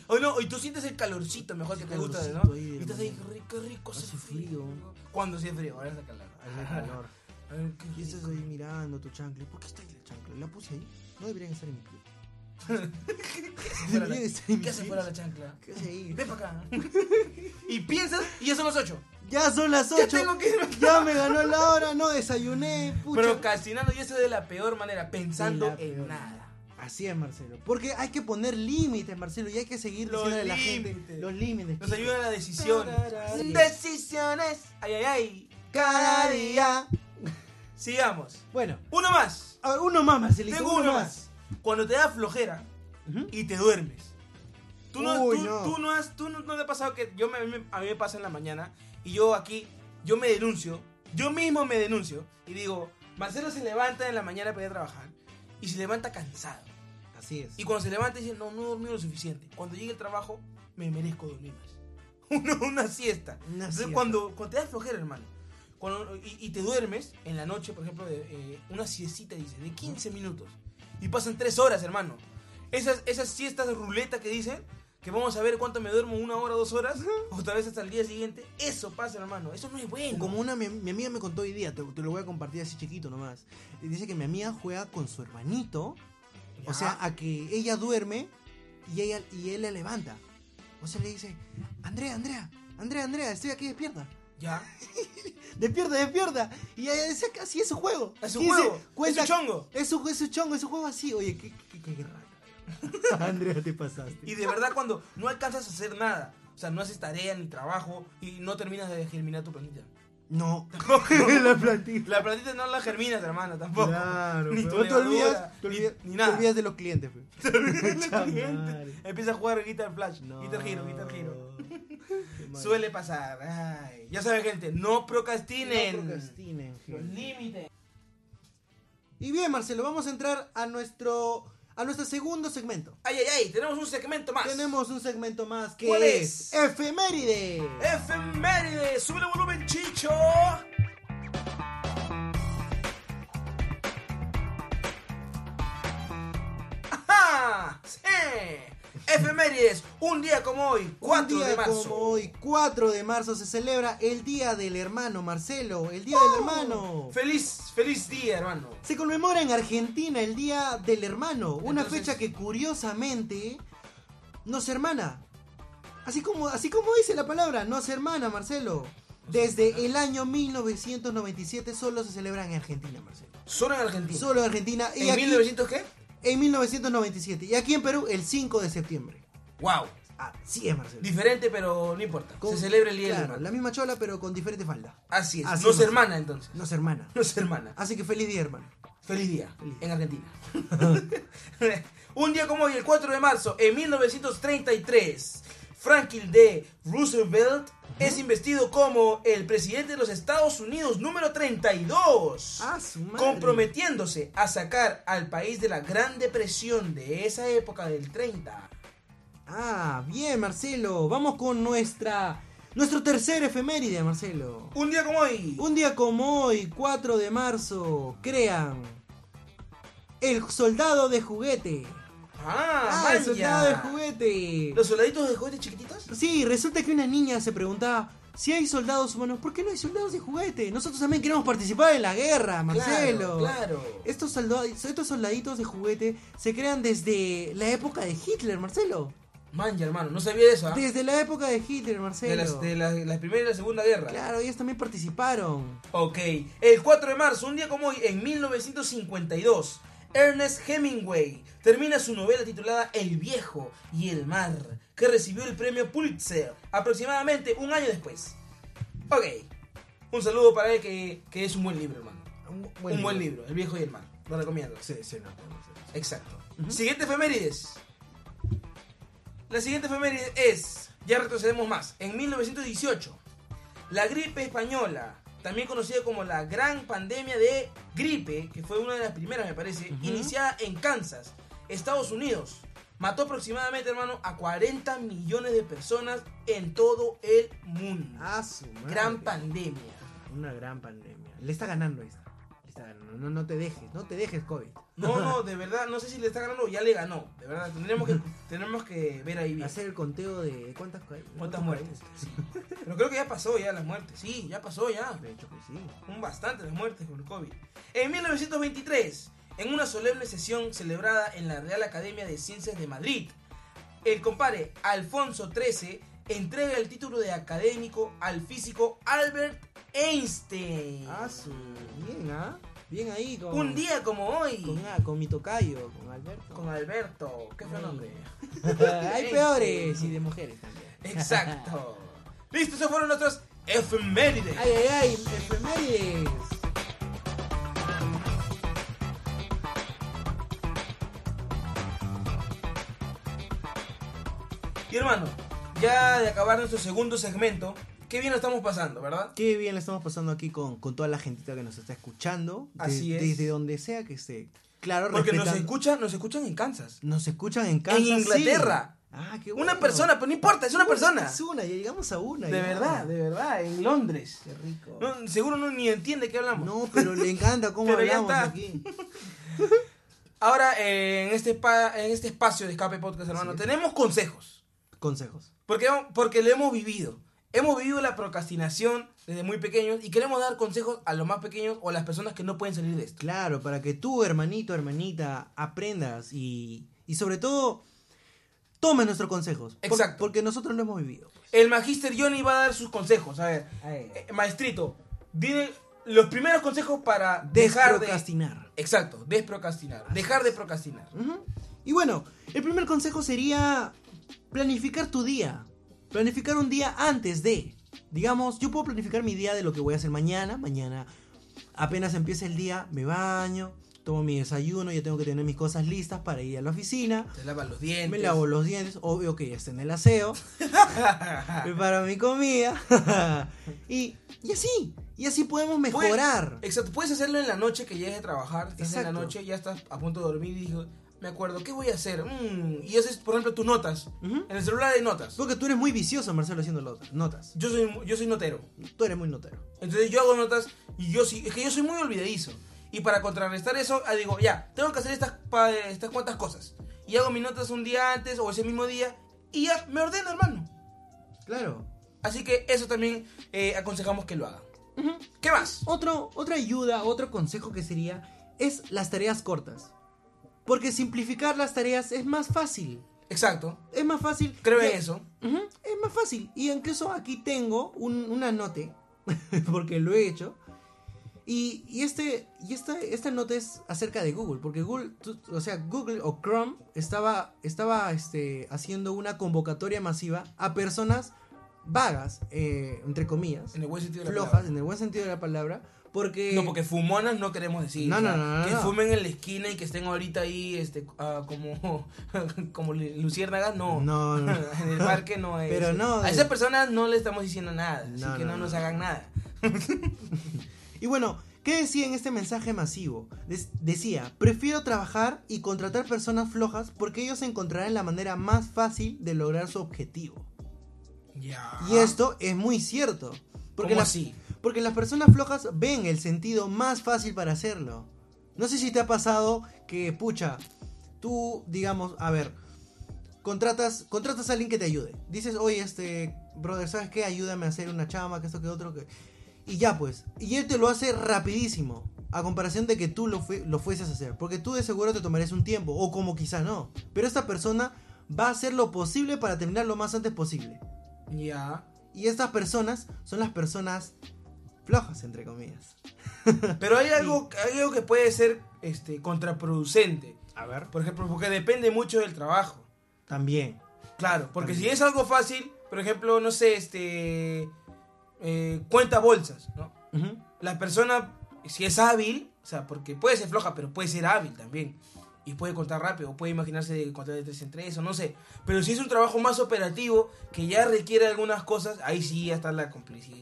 O no, y tú sientes el calorcito mejor que Ese te gusta, ¿no? calorcito ahí de Y la estás ahí, mañana. rico, rico, hace Hace frío. frío. Cuando hace frío, ahora hace calor. al calor. A ver, qué Y estás rico. ahí mirando tu chancla. ¿Por qué está ahí la chancla? ¿La puse ahí? No deberían estar en mi pie. Fuera la- Deberían estar en mi ¿Qué hace pie. fuera la chancla? ¿Qué hace ahí? Ven para acá. y piensas, y ya son las 8. Ya son las Ya 8. tengo que irme. Ya me ganó la hora, no desayuné. Pucha. Procrastinando y eso de la peor manera, pensando De la en peor. nada. Así es, Marcelo. Porque hay que poner límites, Marcelo, y hay que seguir Los diciéndole a la gente límites. los límites. Nos ayudan las decisiones. Sí. Decisiones. Ay, ay, ay. Cada día. Sigamos. Bueno, Uno más. a ver, uno más, Marcelito. Tengo uno más. Cuando te da flojera Ujú. y te duermes. Tú no, Uy, tú, no. tú no has, tú no, no te ha pasado que yo me, a mí me- a mí me pasa en la mañana y yo aquí, yo me denuncio, yo mismo me denuncio y digo, Marcelo se levanta en la mañana para ir a trabajar y se levanta cansado. Así es. Y cuando se levanta dice, no, no he dormido lo suficiente. Cuando llegue el trabajo, me merezco dormir más. Una, una siesta. Una Entonces, siesta. Cuando, cuando te das flojera, hermano, cuando- y, y te duermes en la noche, por ejemplo, de, eh, una siestita, dice, de 15 minutos. Y pasan 3 horas, hermano. Esas, esas siestas de ruleta que dicen, que vamos a ver cuánto me duermo, una hora, dos horas, o tal vez hasta el día siguiente. Eso pasa, hermano. Eso no es bueno. Como una, mi, mi amiga me contó hoy día, te, te lo voy a compartir así chiquito nomás. Y Dice que mi amiga juega con su hermanito, Ya. o sea, a que ella duerme y, ella, y él la levanta. O sea, le dice, Andrea, Andrea, Andrea, Andrea, estoy aquí despierta. Ya. Despierta, despierta. Y ella dice que así es su juego. Es su 15, juego. cuenta- Es su chongo. Es su, es su chongo, es su juego así. Oye, qué, qué, qué, qué raro. Andrea, te pasaste. Y de verdad cuando no alcanzas a hacer nada, o sea, no haces tarea ni trabajo y no terminas de germinar tu plantita. No. la plantilla. La plantita no la germinas, hermana, tampoco. Claro, ni pe. tu No te levadura, olvidas, te ni- olvidas, ni, te nada. olvidas de los clientes. pues. pe. Cha madre. Empieza a jugar Guitar Flash, No. Guitar Hero, Guitar Hero. Qué mal. Suele pasar. Ay. Ya saben, gente, no procrastinen. No procrastinen, Los gente. límites. Y bien, Marcelo, vamos a entrar a nuestro a nuestro segundo segmento. Ay, ay, ay, tenemos un segmento más. Tenemos un segmento más que ¿Cuál es? es efeméride. Efeméride, sube el volumen, Chicho. ¡Ajá! ¡Sí! Efemérides, un día como hoy, 4 Un día de marzo. Como hoy, 4 de marzo se celebra el Día del Hermano, Marcelo, el Día ¡Oh! del Hermano. Feliz, feliz día, hermano. Se conmemora en Argentina el Día del Hermano, una Entonces- fecha que curiosamente nos hermana. Así como, así como dice la palabra, nos hermana, Marcelo. Desde el año 1997 solo se celebra en Argentina, Marcelo. Solo en Argentina. Solo en Argentina y ¿En aquí 1900 qué? en 1997 y aquí en Perú el 5 de septiembre. ¡Wow! Así es, Marcelo. Diferente, pero no importa. Con- Se celebra el día del claro, hermano. la misma chola pero con diferente falda. Así es. Así Nos es. hermana, entonces. Nos hermana. Nos hermana. Así que feliz día, hermano. Feliz día Feliz día. en Argentina. Un día como hoy, el 4 de marzo en 1933, Franklin D. Roosevelt es investido como el presidente de los Estados Unidos número 32, Ah, su madre. comprometiéndose a sacar al país de la Gran Depresión de esa época del 30. Ah, bien, Marcelo. Vamos con nuestra Nuestro tercer efeméride, Marcelo. Un día como hoy. Un día como hoy, 4 de marzo, crean El soldado de juguete. Ah, Ah, el soldado de juguete. ¿Los soldaditos de juguetes chiquititos? Sí, resulta que una niña se preguntaba si hay soldados humanos, ¿por qué no hay soldados de juguete? Nosotros también queremos participar en la guerra, Marcelo. Claro. claro. Estos, soldados, estos soldaditos de juguete se crean desde la época de Hitler, Marcelo. Manja, hermano, no sabía de eso. ¿ah? Desde la época de Hitler, De Marcelo. las, de las- la Primera y la Segunda Guerra. Claro, ellos también participaron. Ok, el 4 de marzo, un día como hoy, en 1952, Ernest Hemingway termina su novela titulada El viejo y el mar, que recibió el premio Pulitzer aproximadamente un año después. Ok, un saludo para él que, que es un buen libro, hermano. Un buen un buen libro, El viejo y el mar. Lo recomiendo. Sí, sí, no. Exacto. Siguiente efemérides. La siguiente efeméride es, ya retrocedemos más, en 1918, la gripe española, también conocida como la gran pandemia de gripe, que fue una de las primeras, me parece, iniciada en Kansas, Estados Unidos, mató aproximadamente, hermano, a 40 millones de personas en todo el mundo. Ah, su madre. gran pandemia. Una gran pandemia. Le está ganando esta. Le está ganando. No, no te dejes, no te dejes, COVID. No, no, de verdad, no sé si le está ganando o ya le ganó. De verdad, tendremos que, tendremos que ver ahí bien. Hacer el conteo de cuántas, co- ¿Cuántas cuántas muertes? Pero creo que ya pasó ya las muertes. Sí, ya pasó ya. De hecho que sí. Un bastante las muertes con el COVID. En 1923, en una solemne sesión celebrada en la Real Academia de Ciencias de Madrid, el compadre Alfonso XIII entrega el título de académico al físico Albert Einstein. Ah, su. Bien, ¿ah? Bien ahí con. Un día como hoy. Con, ah, con mi tocayo, con Alberto. Con Alberto. ¿Qué fue el nombre? Hay peores y de mujeres también. Exacto. Listo, esos fueron nuestros efemérides. Ay, ay, ay, efemérides. Y hermano, ya de acabar nuestro segundo segmento, qué bien lo estamos pasando, ¿verdad? Qué bien la estamos pasando aquí con, con toda la gentita que nos está escuchando. de- Así es. Desde donde sea que esté. Claro, Porque nos respetando- escuchan, nos escuchan en Kansas. Nos escuchan en casa. Inglaterra. Ah, qué bueno. Una persona, pero no importa, es una persona. Es una, ya llegamos a una. De ya. verdad, de verdad, en Londres. Qué rico. No, seguro no ni entiende qué hablamos. No, pero le encanta cómo Pero ya hablamos está. aquí. Ahora, eh, en, este pa- en este espacio de Escape Podcast, hermano, tenemos consejos. Consejos. Porque, porque lo hemos vivido. Hemos vivido la procrastinación desde muy pequeños y queremos dar consejos a los más pequeños o a las personas que no pueden salir de esto. Claro, para que tú, hermanito, hermanita, aprendas y, y sobre todo, tomes nuestros consejos. Por- Exacto. porque nosotros lo hemos vivido. El Magister Johnny va a dar sus consejos. A ver, eh, maestrito, dile los primeros consejos para dejar de. Desprocrastinar. Exacto, desprocrastinar. Dejar de procrastinar. Ujú. Y bueno, el primer consejo sería planificar tu día. Planificar un día antes de. Digamos, yo puedo planificar mi día de lo que voy a hacer mañana. Mañana apenas empieza el día, me baño, tomo mi desayuno, ya tengo que tener mis cosas listas para ir a la oficina. Te lavas los dientes. Me lavo los dientes, obvio que ya está en el aseo. preparo mi comida. y, y así, y así podemos Puedes- mejorar. exacto, puedes hacerlo en la noche que llegues a trabajar. Estás en la Exacto. noche, ya estás a punto de dormir y dijo, me acuerdo, ¿qué voy a hacer? Mm, y haces, por ejemplo, tus notas. Ujú. En el celular hay notas. Porque tú eres muy vicioso, Marcelo, haciendo lo- notas. Yo soy, yo soy notero. Tú eres muy notero. Entonces yo hago notas y yo sí, es que yo soy muy olvidadizo. Y para contrarrestar eso, ah, digo, ya, tengo que hacer estas, pa- estas cuantas cosas. Y hago mis notas un día antes o ese mismo día y ya me ordeno, hermano. Claro. Así que eso también eh, aconsejamos que lo hagan. ¿Qué más? Otro, otra ayuda, otro consejo que sería es las tareas cortas. Porque simplificar las tareas es más fácil. Exacto, Es más fácil. creo Ya- en eso. Ujú, es más fácil. Y incluso aquí tengo un, una note, porque lo he hecho. Y, y este, y esta, esta nota es acerca de Google, porque Google, tú- o sea, Google o Chrome estaba, estaba este, haciendo una convocatoria masiva a personas vagas, eh, entre comillas, En el buen sentido de la flojas, palabra. en el buen sentido de la palabra, porque... No, porque fumonas no queremos decir. No, o sea, no, no, no, Que no. fumen en la esquina y que estén ahorita ahí este, ah, como, como li- luciérnagas, no. No, no. en el parque no es. Pero no, A eh. esas personas no le estamos diciendo nada, así No, que no, no, nos no. hagan nada. Y bueno, ¿qué decía en este mensaje masivo? Des- decía, prefiero trabajar y contratar personas flojas porque ellos encontrarán la manera más fácil de lograr su objetivo. Ya. Y esto es muy cierto. Porque, ¿Cómo las- así? porque las personas flojas ven el sentido más fácil para hacerlo. No sé si te ha pasado que, pucha, tú, digamos, a ver, contratas, contratas a alguien que te ayude. Dices, oye, este, brother, ¿sabes qué? Ayúdame a hacer una chama, que esto, que otro, que... Y ya pues, y él te lo hace rapidísimo, a comparación de que tú lo, fue- lo fueses a hacer, porque tú de seguro te tomarías un tiempo, o como quizá no. Pero esta persona va a hacer lo posible para terminar lo más antes posible. Ya. Y estas personas son las personas flojas, entre comillas. Pero hay algo, hay algo que puede ser este, contraproducente. A ver. Por ejemplo, porque depende mucho del trabajo. También. Claro, porque si También. es algo fácil, por ejemplo, no sé, este. eh, cuenta bolsas, ¿no? Ujú. La persona, si es hábil, o sea, porque puede ser floja, pero puede ser hábil también. Y puede contar rápido, puede imaginarse de contar de tres en tres, o no sé. Pero si es un trabajo más operativo, que ya requiere algunas cosas, ahí sí ya está la complicidad.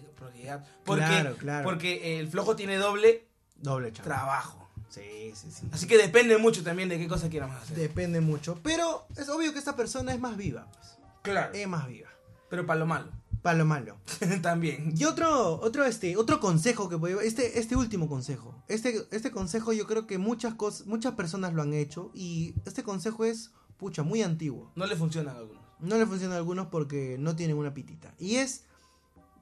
Porque, Claro, claro. porque el flojo tiene doble Doble chamba. trabajo. Sí, sí, sí. Así que depende mucho también de qué cosa quieramos hacer. Depende mucho. Pero es obvio que esta persona es más viva. pues. claro. Es más viva. pero para lo malo. Para lo malo. también. Y otro, otro, este, otro consejo que puedo este, este último consejo. Este, este consejo yo creo que muchas cosas, muchas personas lo han hecho. Y este consejo es, pucha, muy antiguo. No le funciona a algunos. No le funciona a algunos porque no tienen una pitita. Y es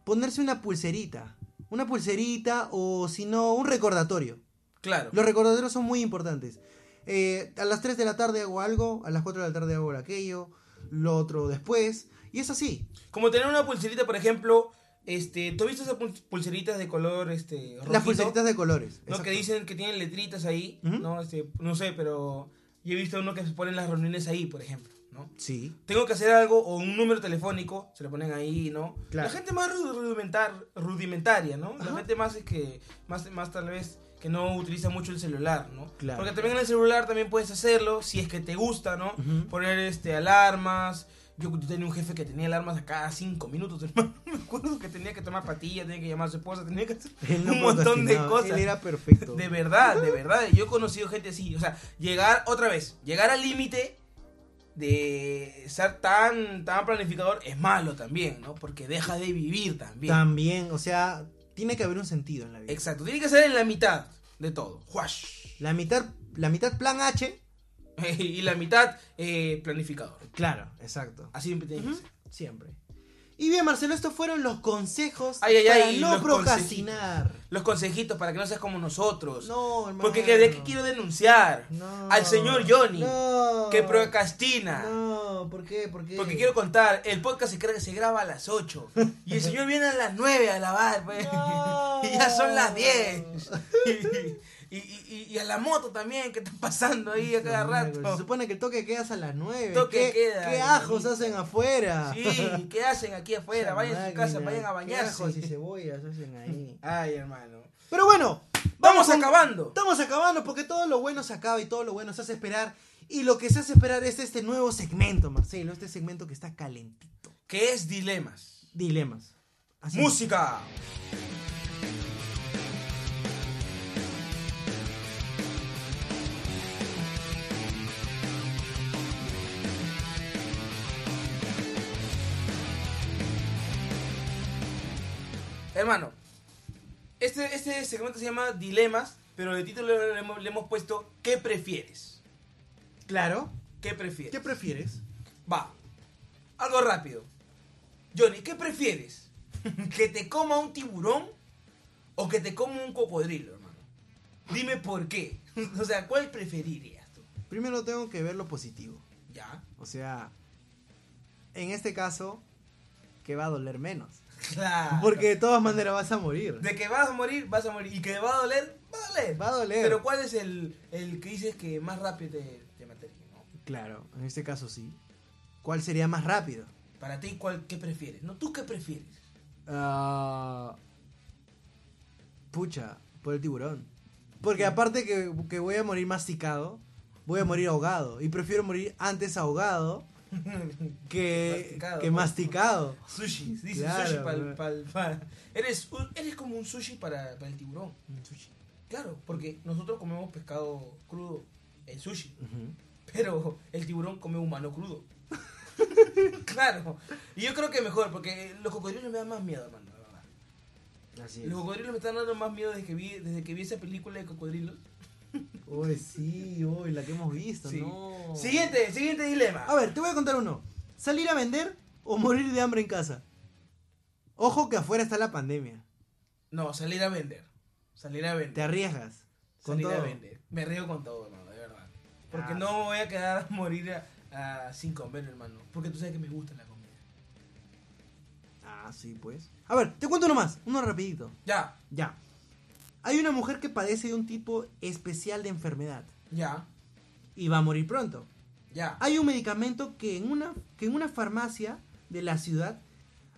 ponerse una pulserita. Una pulserita o si no, un recordatorio. Claro. Los recordatorios son muy importantes. Eh, a las 3 de la tarde hago algo, a las 4 de la tarde hago aquello, lo otro después. Y es así. Como tener una pulserita, por ejemplo, este, ¿tú has visto esas pul- pulseritas de color este Las rojito? pulseritas de colores. no que exacto. dicen que tienen letritas ahí, Ujú. ¿no? Este, no sé, pero yo he visto uno que se ponen las reuniones ahí, por ejemplo, ¿no? Sí. Tengo que hacer algo o un número telefónico, se lo ponen ahí, ¿no? Claro. La gente más ru- rudimentar, rudimentaria, ¿no? La Ajá. gente más es que más más tal vez que no utiliza mucho el celular, ¿no? Claro. Porque también en el celular también puedes hacerlo si es que te gusta, ¿no? Ujú. Poner este alarmas. Yo tenía un jefe que tenía alarmas a cada cinco minutos, hermano. Me acuerdo que tenía que tomar pastillas, tenía que llamar a su esposa, tenía que hacer Él no un montón de procrastinaba, cosas. Él era perfecto. De verdad, de verdad. Yo he conocido gente así. O sea, llegar otra vez, llegar al límite de ser tan, tan planificador es malo también, ¿no? Porque deja de vivir también. También, o sea, tiene que haber un sentido en la vida. Exacto, tiene que ser en la mitad de todo. ¡Huash! La mitad, la mitad plan H. Y la mitad eh, planificador. Claro, exacto. Así siempre tiene que ser. Siempre. Y bien, Marcelo, estos fueron los consejos Ay, ay, para ay, no los procrastinar. Los consejitos para que no seas como nosotros. No, hermano. Porque que de qué quiero denunciar No. al señor Johnny No. que procrastina. No, ¿por qué? ¿Por qué? Porque quiero contar, el podcast se, crea- se graba a las 8 y el señor viene a las 9 a lavar, pues. No. Y ya son las 10. Y, y- y- y a la moto también, que están pasando ahí a cada Se rato. supone que el toque quedas a las 9. Toque ¿Qué, queda, ¿Qué ajos hermanito. hacen afuera? Sí, ¿qué hacen aquí afuera? Vayan a su casa, vayan a bañarse Ajos y bañarse. cebollas hacen ahí. Ay, hermano. Pero bueno, Vamos con- acabando. Estamos acabando porque todo lo bueno se acaba y todo lo bueno se hace esperar. Y lo que se hace esperar es este nuevo segmento, Marcelo. Este segmento que está calentito. ¿Qué es dilemas? Dilemas. Así es. Música. Hermano, este, este segmento se llama Dilemas, pero de título le hemos, le hemos puesto ¿Qué prefieres? Claro. ¿Qué prefieres? ¿Qué prefieres? Va. Algo rápido. Johnny, ¿qué prefieres? ¿Que te coma un tiburón o que te coma un cocodrilo, hermano? Dime por qué. O sea, ¿cuál preferirías tú? Primero tengo que ver lo positivo. ¿Ya? O sea, en este caso, que va a doler menos. Claro. Porque de todas maneras vas a morir. de que vas a morir, vas a morir. Y que va a doler, va a doler. Va a doler. Pero ¿cuál es el, el que dices que más rápido te, te mataría? ¿no? Claro, en este caso sí. ¿Cuál sería más rápido? Para ti, ¿cuál, ¿qué prefieres? No, ¿tú qué prefieres? Ah, pucha, por el tiburón. Porque aparte que, que voy a morir masticado, voy a morir ahogado. Y prefiero morir antes ahogado Masticado. que masticado. Que masticado. Sushi, dice Claro, sushi para bro. Eres, un- eres como un sushi para, para el tiburón. Claro, porque nosotros comemos pescado crudo en sushi, Ujú. pero el tiburón come humano crudo. Claro. Y yo creo que mejor, porque los cocodrilos me dan más miedo, hermano. la verdad. Así Los cocodrilos me están dando más miedo desde que vi, desde que vi esa película de cocodrilos. Uy, sí, uy, la que hemos visto, Sí. no. Siguiente, siguiente dilema. Oh. A ver, te voy a contar uno. ¿Salir a vender o morir de hambre en casa? Ojo que afuera está la pandemia. No, salir a vender. Salir a vender. Te arriesgas. Con salir a todo. vender. Me río con todo, hermano, de verdad. Porque Ah. no me voy a quedar a morir a- a- sin comer, hermano. Porque tú sabes que me gusta la comida. Ah, sí, pues. A ver, te cuento uno más, uno rapidito. Ya, Ya. Hay una mujer que padece de un tipo especial de enfermedad ya, y va a morir pronto. ya. Hay un medicamento que en una, que en una farmacia de la ciudad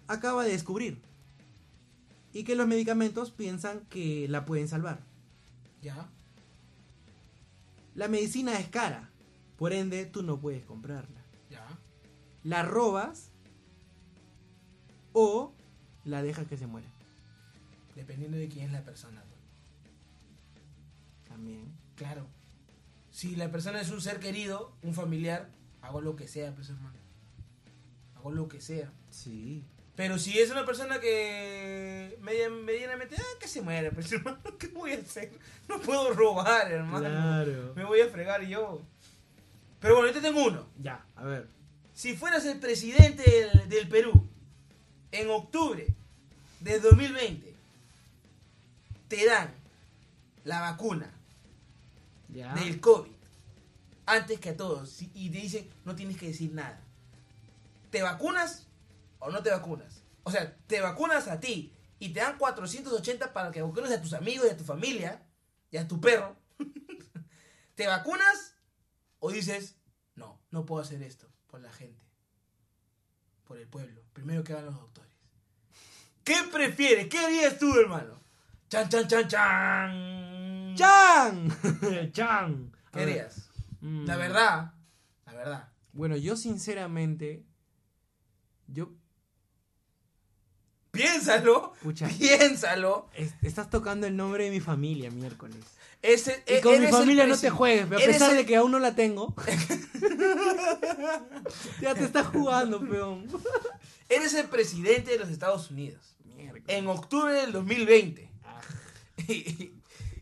acaba de descubrir. Y que los medicamentos piensan que la pueden salvar. Ya. La medicina es cara, por ende tú no puedes comprarla. Ya. La robas o la dejas que se muera. Dependiendo de quién es la persona. pues. También. Claro. Si la persona es un ser querido, un familiar, hago lo que sea, pues hermano. Hago lo que sea. Sí. Pero si es una persona que media- medianamente, ah, que se muere, pues hermano, ¿qué voy a hacer? No puedo robar, hermano. Claro. Me voy a fregar yo. Pero bueno, yo te tengo uno. Ya, a ver. Si fueras el presidente del, del Perú en octubre de 2020, te dan la vacuna Ya. del COVID antes que a todos y- y te dicen no tienes que decir nada. ¿Te vacunas o no te vacunas? O sea, te vacunas a ti y te dan 480 para que vacunes a tus amigos y a tu familia y a tu perro. ¿Te vacunas o dices no, no puedo hacer esto por la gente, por el pueblo? Primero que van los doctores. ¿Qué prefieres? ¿Qué harías tú, hermano? Chan, chan, chan, chan. ¡Chan! ¡Chan! A ¿Qué ver. harías? Mm. La verdad, la verdad. Bueno, yo sinceramente. Yo. Piénsalo, Pucha. piénsalo. es- estás tocando el nombre de mi familia miércoles. Ese, Y e- con mi eres el familia no presi- te juegues, pero a eres pesar el- de que aún no la tengo. ya te estás jugando, peón. Eres el presidente de los Estados Unidos. En octubre del 2020. Ah. Y,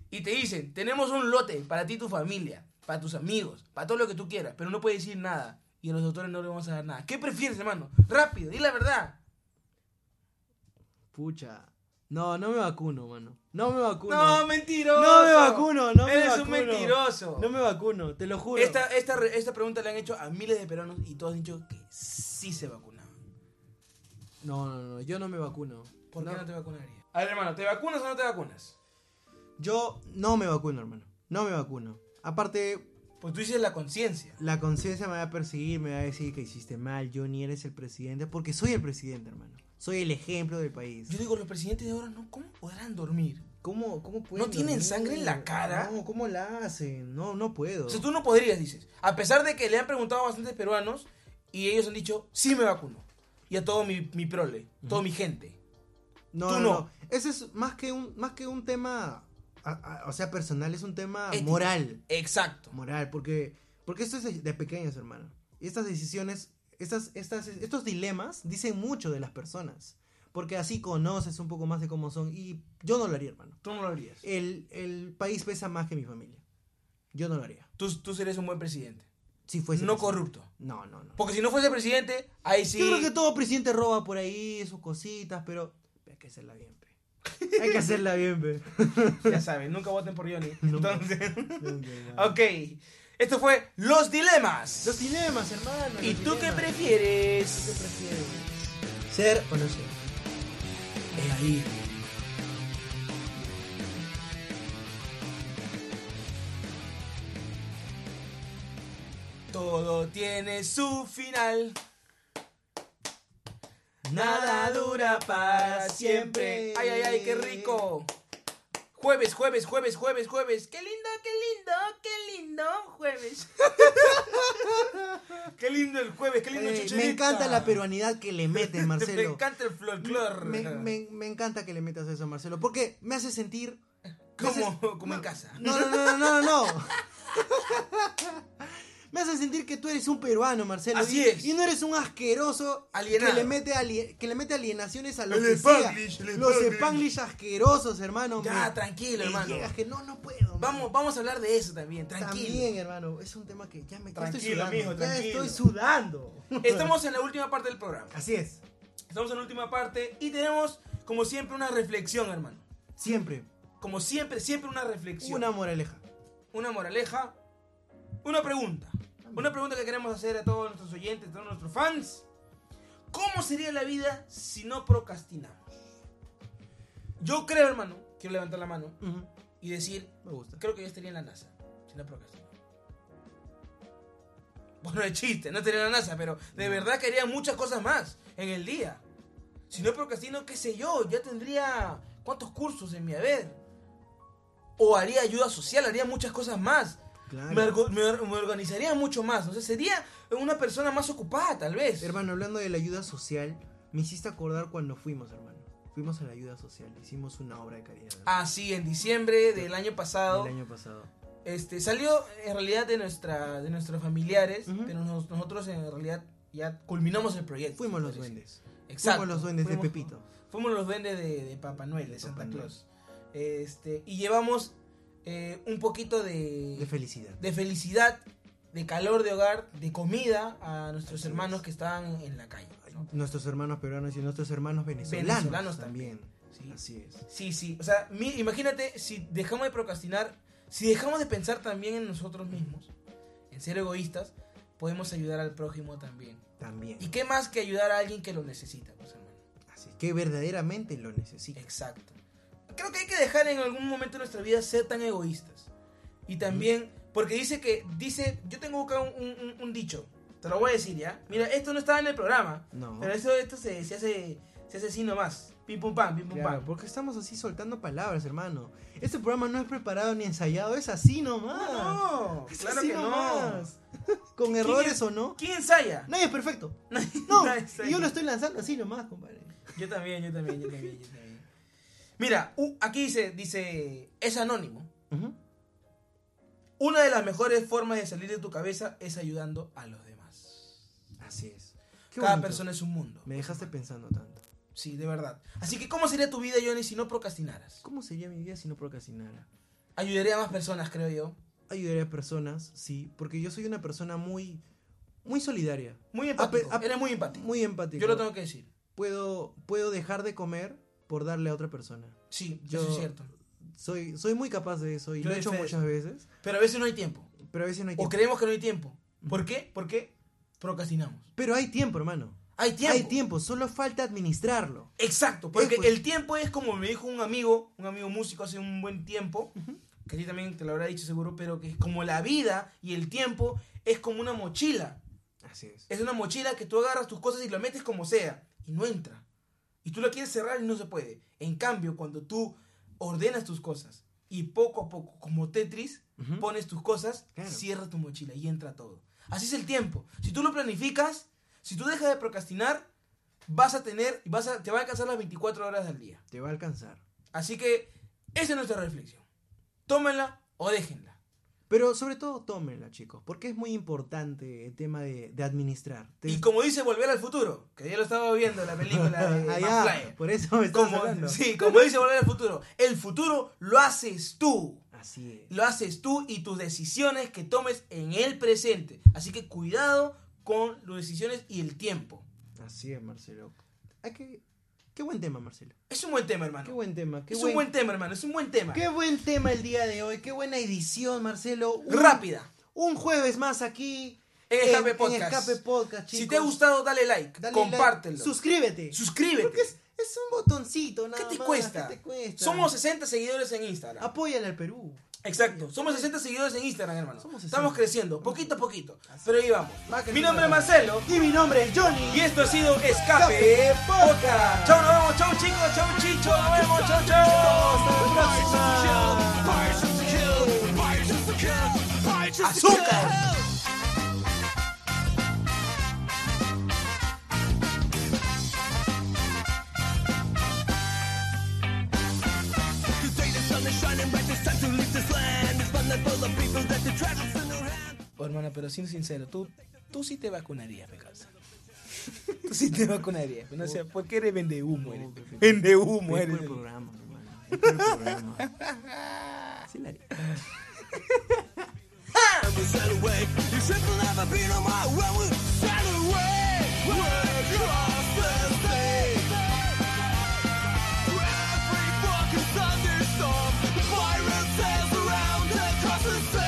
y te dicen, tenemos un lote para ti y tu familia, para tus amigos, para todo lo que tú quieras, pero no puedes decir nada. Y a los doctores no le vamos a dar nada. ¿Qué prefieres, hermano? Rápido, di la verdad. Pucha. No, no me vacuno, mano. No me vacuno. No, mentiroso. No me vacuno, no me Eres un vacuno. mentiroso. No me vacuno, te lo juro. Esta, esta, re- esta pregunta la han hecho a miles de peruanos y todos han dicho que sí se vacunaban. No, no, no, yo no me vacuno. ¿Por No. qué no te vacunarías? A ver, hermano, ¿te vacunas o no te vacunas? Yo no me vacuno, hermano. No me vacuno. Aparte, Pues tú dices la conciencia. la conciencia me va a perseguir, me va a decir que hiciste mal, Johnny, eres el presidente, porque soy el presidente, hermano. Soy el ejemplo del país. Yo digo, los presidentes de ahora, no, ¿cómo podrán dormir? ¿Cómo, cómo ¿No tienen sangre en la cara? No, ¿cómo la hacen? No, no puedo. O sea, tú no podrías, dices. A pesar de que le han preguntado a bastantes peruanos y ellos han dicho, sí me vacuno. Y a todo mi, mi prole, toda mi gente. No, tú no, no. no. Ese es más que un, más que un tema, a- a- o sea, personal, es un tema Ético. moral. Exacto. moral, porque, porque esto es de, de pequeños, hermano. Y estas decisiones, estas, estas, estos dilemas dicen mucho de las personas. Porque así conoces un poco más de cómo son. Y yo no lo haría, hermano. Tú no lo harías. El, el país pesa más que mi familia. Yo no lo haría. Tú, tú serías un buen presidente. Si fuese. no presidente. corrupto. No, no, no. Porque si no fuese presidente, ahí sí. Yo creo que todo presidente roba por ahí sus cositas, pero hay que hacerla bien, pe. Hay que hacerla bien, pe. Ya saben, nunca voten por Johnny. Nunca. Entonces, Ok. ok. Esto fue Los Dilemas. Los dilemas, hermano. ¿Y los tú qué dilemas. prefieres? Ser o no ser. Es ahí. Todo tiene su final. Nada dura para siempre. Ay, ay, ay, qué rico. Jueves, jueves, jueves, jueves, jueves. Qué lindo, qué lindo, qué lindo jueves. qué lindo el jueves, qué lindo Eh, chucherita. me encanta la peruanidad que le metes, Me Marcelo. encanta el folclore. Me, me- me encanta que le metas eso, Marcelo, porque me hace sentir. me hace- Como, como en casa. No, no, no, no, no, no. me hace sentir que tú eres un peruano, Marcelo. Así y, es. y no eres un asqueroso Alienado. Que, le mete ali- que le mete alienaciones a los El que Spanglish, sea. el Los Spanglish. spanglish asquerosos, hermano. Ya, me- tranquilo, me hermano. llegas que no, no puedo. Vamos, vamos a hablar de eso también, tranquilo. También, hermano, es un tema que ya me ya Tranquilo, estoy sudando. mijo, ya tranquilo. estoy sudando. Estamos en la última parte del programa. Así es, Estamos en la última parte y tenemos, como siempre, una reflexión, hermano. siempre. Como siempre, siempre una reflexión. Una moraleja. una moraleja, una pregunta. Una pregunta que queremos hacer a todos nuestros oyentes, a todos nuestros fans. ¿Cómo sería la vida si no procrastinamos? Yo creo, hermano, quiero levantar la mano Ujú, y decir, Me gusta. creo que yo estaría en la NASA si no procrastinamos. Bueno, es chiste, no estaría en la NASA, pero de verdad que haría muchas cosas más en el día. Si no procrastino, qué sé yo, ya tendría cuántos cursos en mi haber. O haría ayuda social, haría muchas cosas más. Claro. Me, orgo- me or- me organizaría mucho más. O sea, sería una persona más ocupada, tal vez. Hermano, hablando de la ayuda social, me hiciste acordar cuando fuimos, hermano. Fuimos a la ayuda social, hicimos una obra de caridad. Ah, sí, en diciembre del año pasado. El año pasado. Este, salió en realidad de, nuestra, de nuestros familiares, Ujú. pero nos- nosotros en realidad ya culminamos el proyecto. Fuimos los Parece. duendes. Exacto. Fuimos los duendes Fuimos- de Pepito. Fuimos los duendes de, de Papá Noel, de De Santa Papá Noel. Claus. Este, y llevamos eh, un poquito de, De felicidad. de felicidad, de calor de hogar, de comida a nuestros Así hermanos es. que estaban en la calle. ¿no? Nuestros hermanos peruanos y nuestros hermanos venezolanos, Venezolanos también. Sí. Así es. Sí, sí. O sea, mi- imagínate si dejamos de procrastinar, si dejamos de pensar también en nosotros mismos, en ser egoístas, podemos ayudar al prójimo también. También. ¿Y qué más que ayudar a alguien que lo necesita, pues, hermano? Así es, que verdaderamente lo necesitan. Exacto. Creo que hay que dejar en algún momento de nuestra vida ser tan egoístas. Y también, porque dice que, dice, yo tengo acá un, un- un- un dicho, te lo voy a decir ya. Mira, esto no estaba en el programa, No. pero esto, esto se, se hace, se hace así nomás. Pim pum pam, pim pum Claro, pam. porque estamos así soltando palabras, hermano. Este programa no es preparado ni ensayado, es así nomás. No, Es claro así que no. nomás. Con errores es? o no. ¿Quién ensaya? Nadie es perfecto. No, Nadie ensaya. y yo lo estoy lanzando así nomás, compadre. Yo también, yo también, yo también, yo también. Mira, u- aquí dice, dice, es anónimo. Una de las mejores formas de salir de tu cabeza es ayudando a los demás. Así es. Qué Cada bonito. persona es un mundo. Me dejaste pensando tanto. Sí, de verdad. Así que, ¿cómo sería tu vida, Johnny, si no procrastinaras? ¿Cómo sería mi vida si no procrastinara? Ayudaría a más personas, creo yo. Ayudaría a personas, sí, porque yo soy una persona muy, muy solidaria, Muy empático. Ape- ape- Eres muy empático. muy empática. yo lo tengo que decir. Puedo, puedo dejar de comer por darle a otra persona. Sí, Yo- eso es cierto. Soy, soy muy capaz de eso y Yo lo he de hecho fe de muchas veces, Pero a veces no hay tiempo. pero a veces no hay O tiempo. creemos que no hay tiempo. ¿Por qué? ¿Por qué? Procrastinamos. Pero hay tiempo, hermano. Hay tiempo. Hay tiempo, solo falta administrarlo. Exacto, porque Eh, pues. el tiempo es como me dijo un amigo, un amigo músico hace un buen tiempo, que a ti también te lo habrá dicho seguro, pero que es como la vida y el tiempo es como una mochila. Así es. Es una mochila que tú agarras tus cosas y la metes como sea y no entra. Y tú la quieres cerrar y no se puede. En cambio, cuando tú ordenas tus cosas y poco a poco, como Tetris, Ujú. pones tus cosas, Claro. cierra tu mochila y entra todo. Así es el tiempo. Si tú lo planificas, si tú dejas de procrastinar, vas a tener, vas a, te va a alcanzar las 24 horas del día. Te va a alcanzar. Así que esa es nuestra reflexión. Tómenla o déjenla. Pero sobre todo tómenla, chicos, porque es muy importante el tema de, de administrar. Te- Y como dice Volver al Futuro, que ya lo estaba viendo la película de Allá, McFly. ah, por eso me estás hablando. Como, sí, como dice Volver al Futuro, el futuro lo haces tú. Así es. Lo haces tú y tus decisiones que tomes en el presente. Así que cuidado con las decisiones y el tiempo. Así es, Marcelo. Hay que... Qué buen tema, Marcelo. Es un buen tema, hermano. Qué buen tema. Qué Ah, es buen... un buen tema, hermano. Es un buen tema. Qué buen tema el día de hoy. Qué buena edición, Marcelo. Un- Rápida. Un jueves más aquí. En Escape Podcast. Escape Podcast, chicos. Si te ha gustado, dale like. Dale compártelo. like, suscríbete. suscríbete. Porque es, es un botoncito, nada ¿Qué te, más, cuesta? ¿Qué te cuesta? Ah, Somos 60 seguidores en Instagram. Apóyale al Perú. Exacto. Somos 60 seguidores en Instagram, hermano. Somos 60. Estamos creciendo, poquito a poquito. Pero ahí vamos. Va creciendo, Mi nombre es hermano. Marcelo. Y mi nombre es Johnny. Y esto ha sido Escape Podcast. Chau, nos vemos, chau chicos, chau chicho, nos vemos, chau, chau. Azúcar. Hermano, Pues, hermana, pero siendo sincero, tú, tú sí te vacunarías, me causa. Tú sí te vacunarías. No sé, ¿por qué eres vende humo? Eres? Vende humo, Es eres. por el programa, hermano. Es por el programa. Sí, la haría. Every fucking thunderstorm, viruses around across the sand.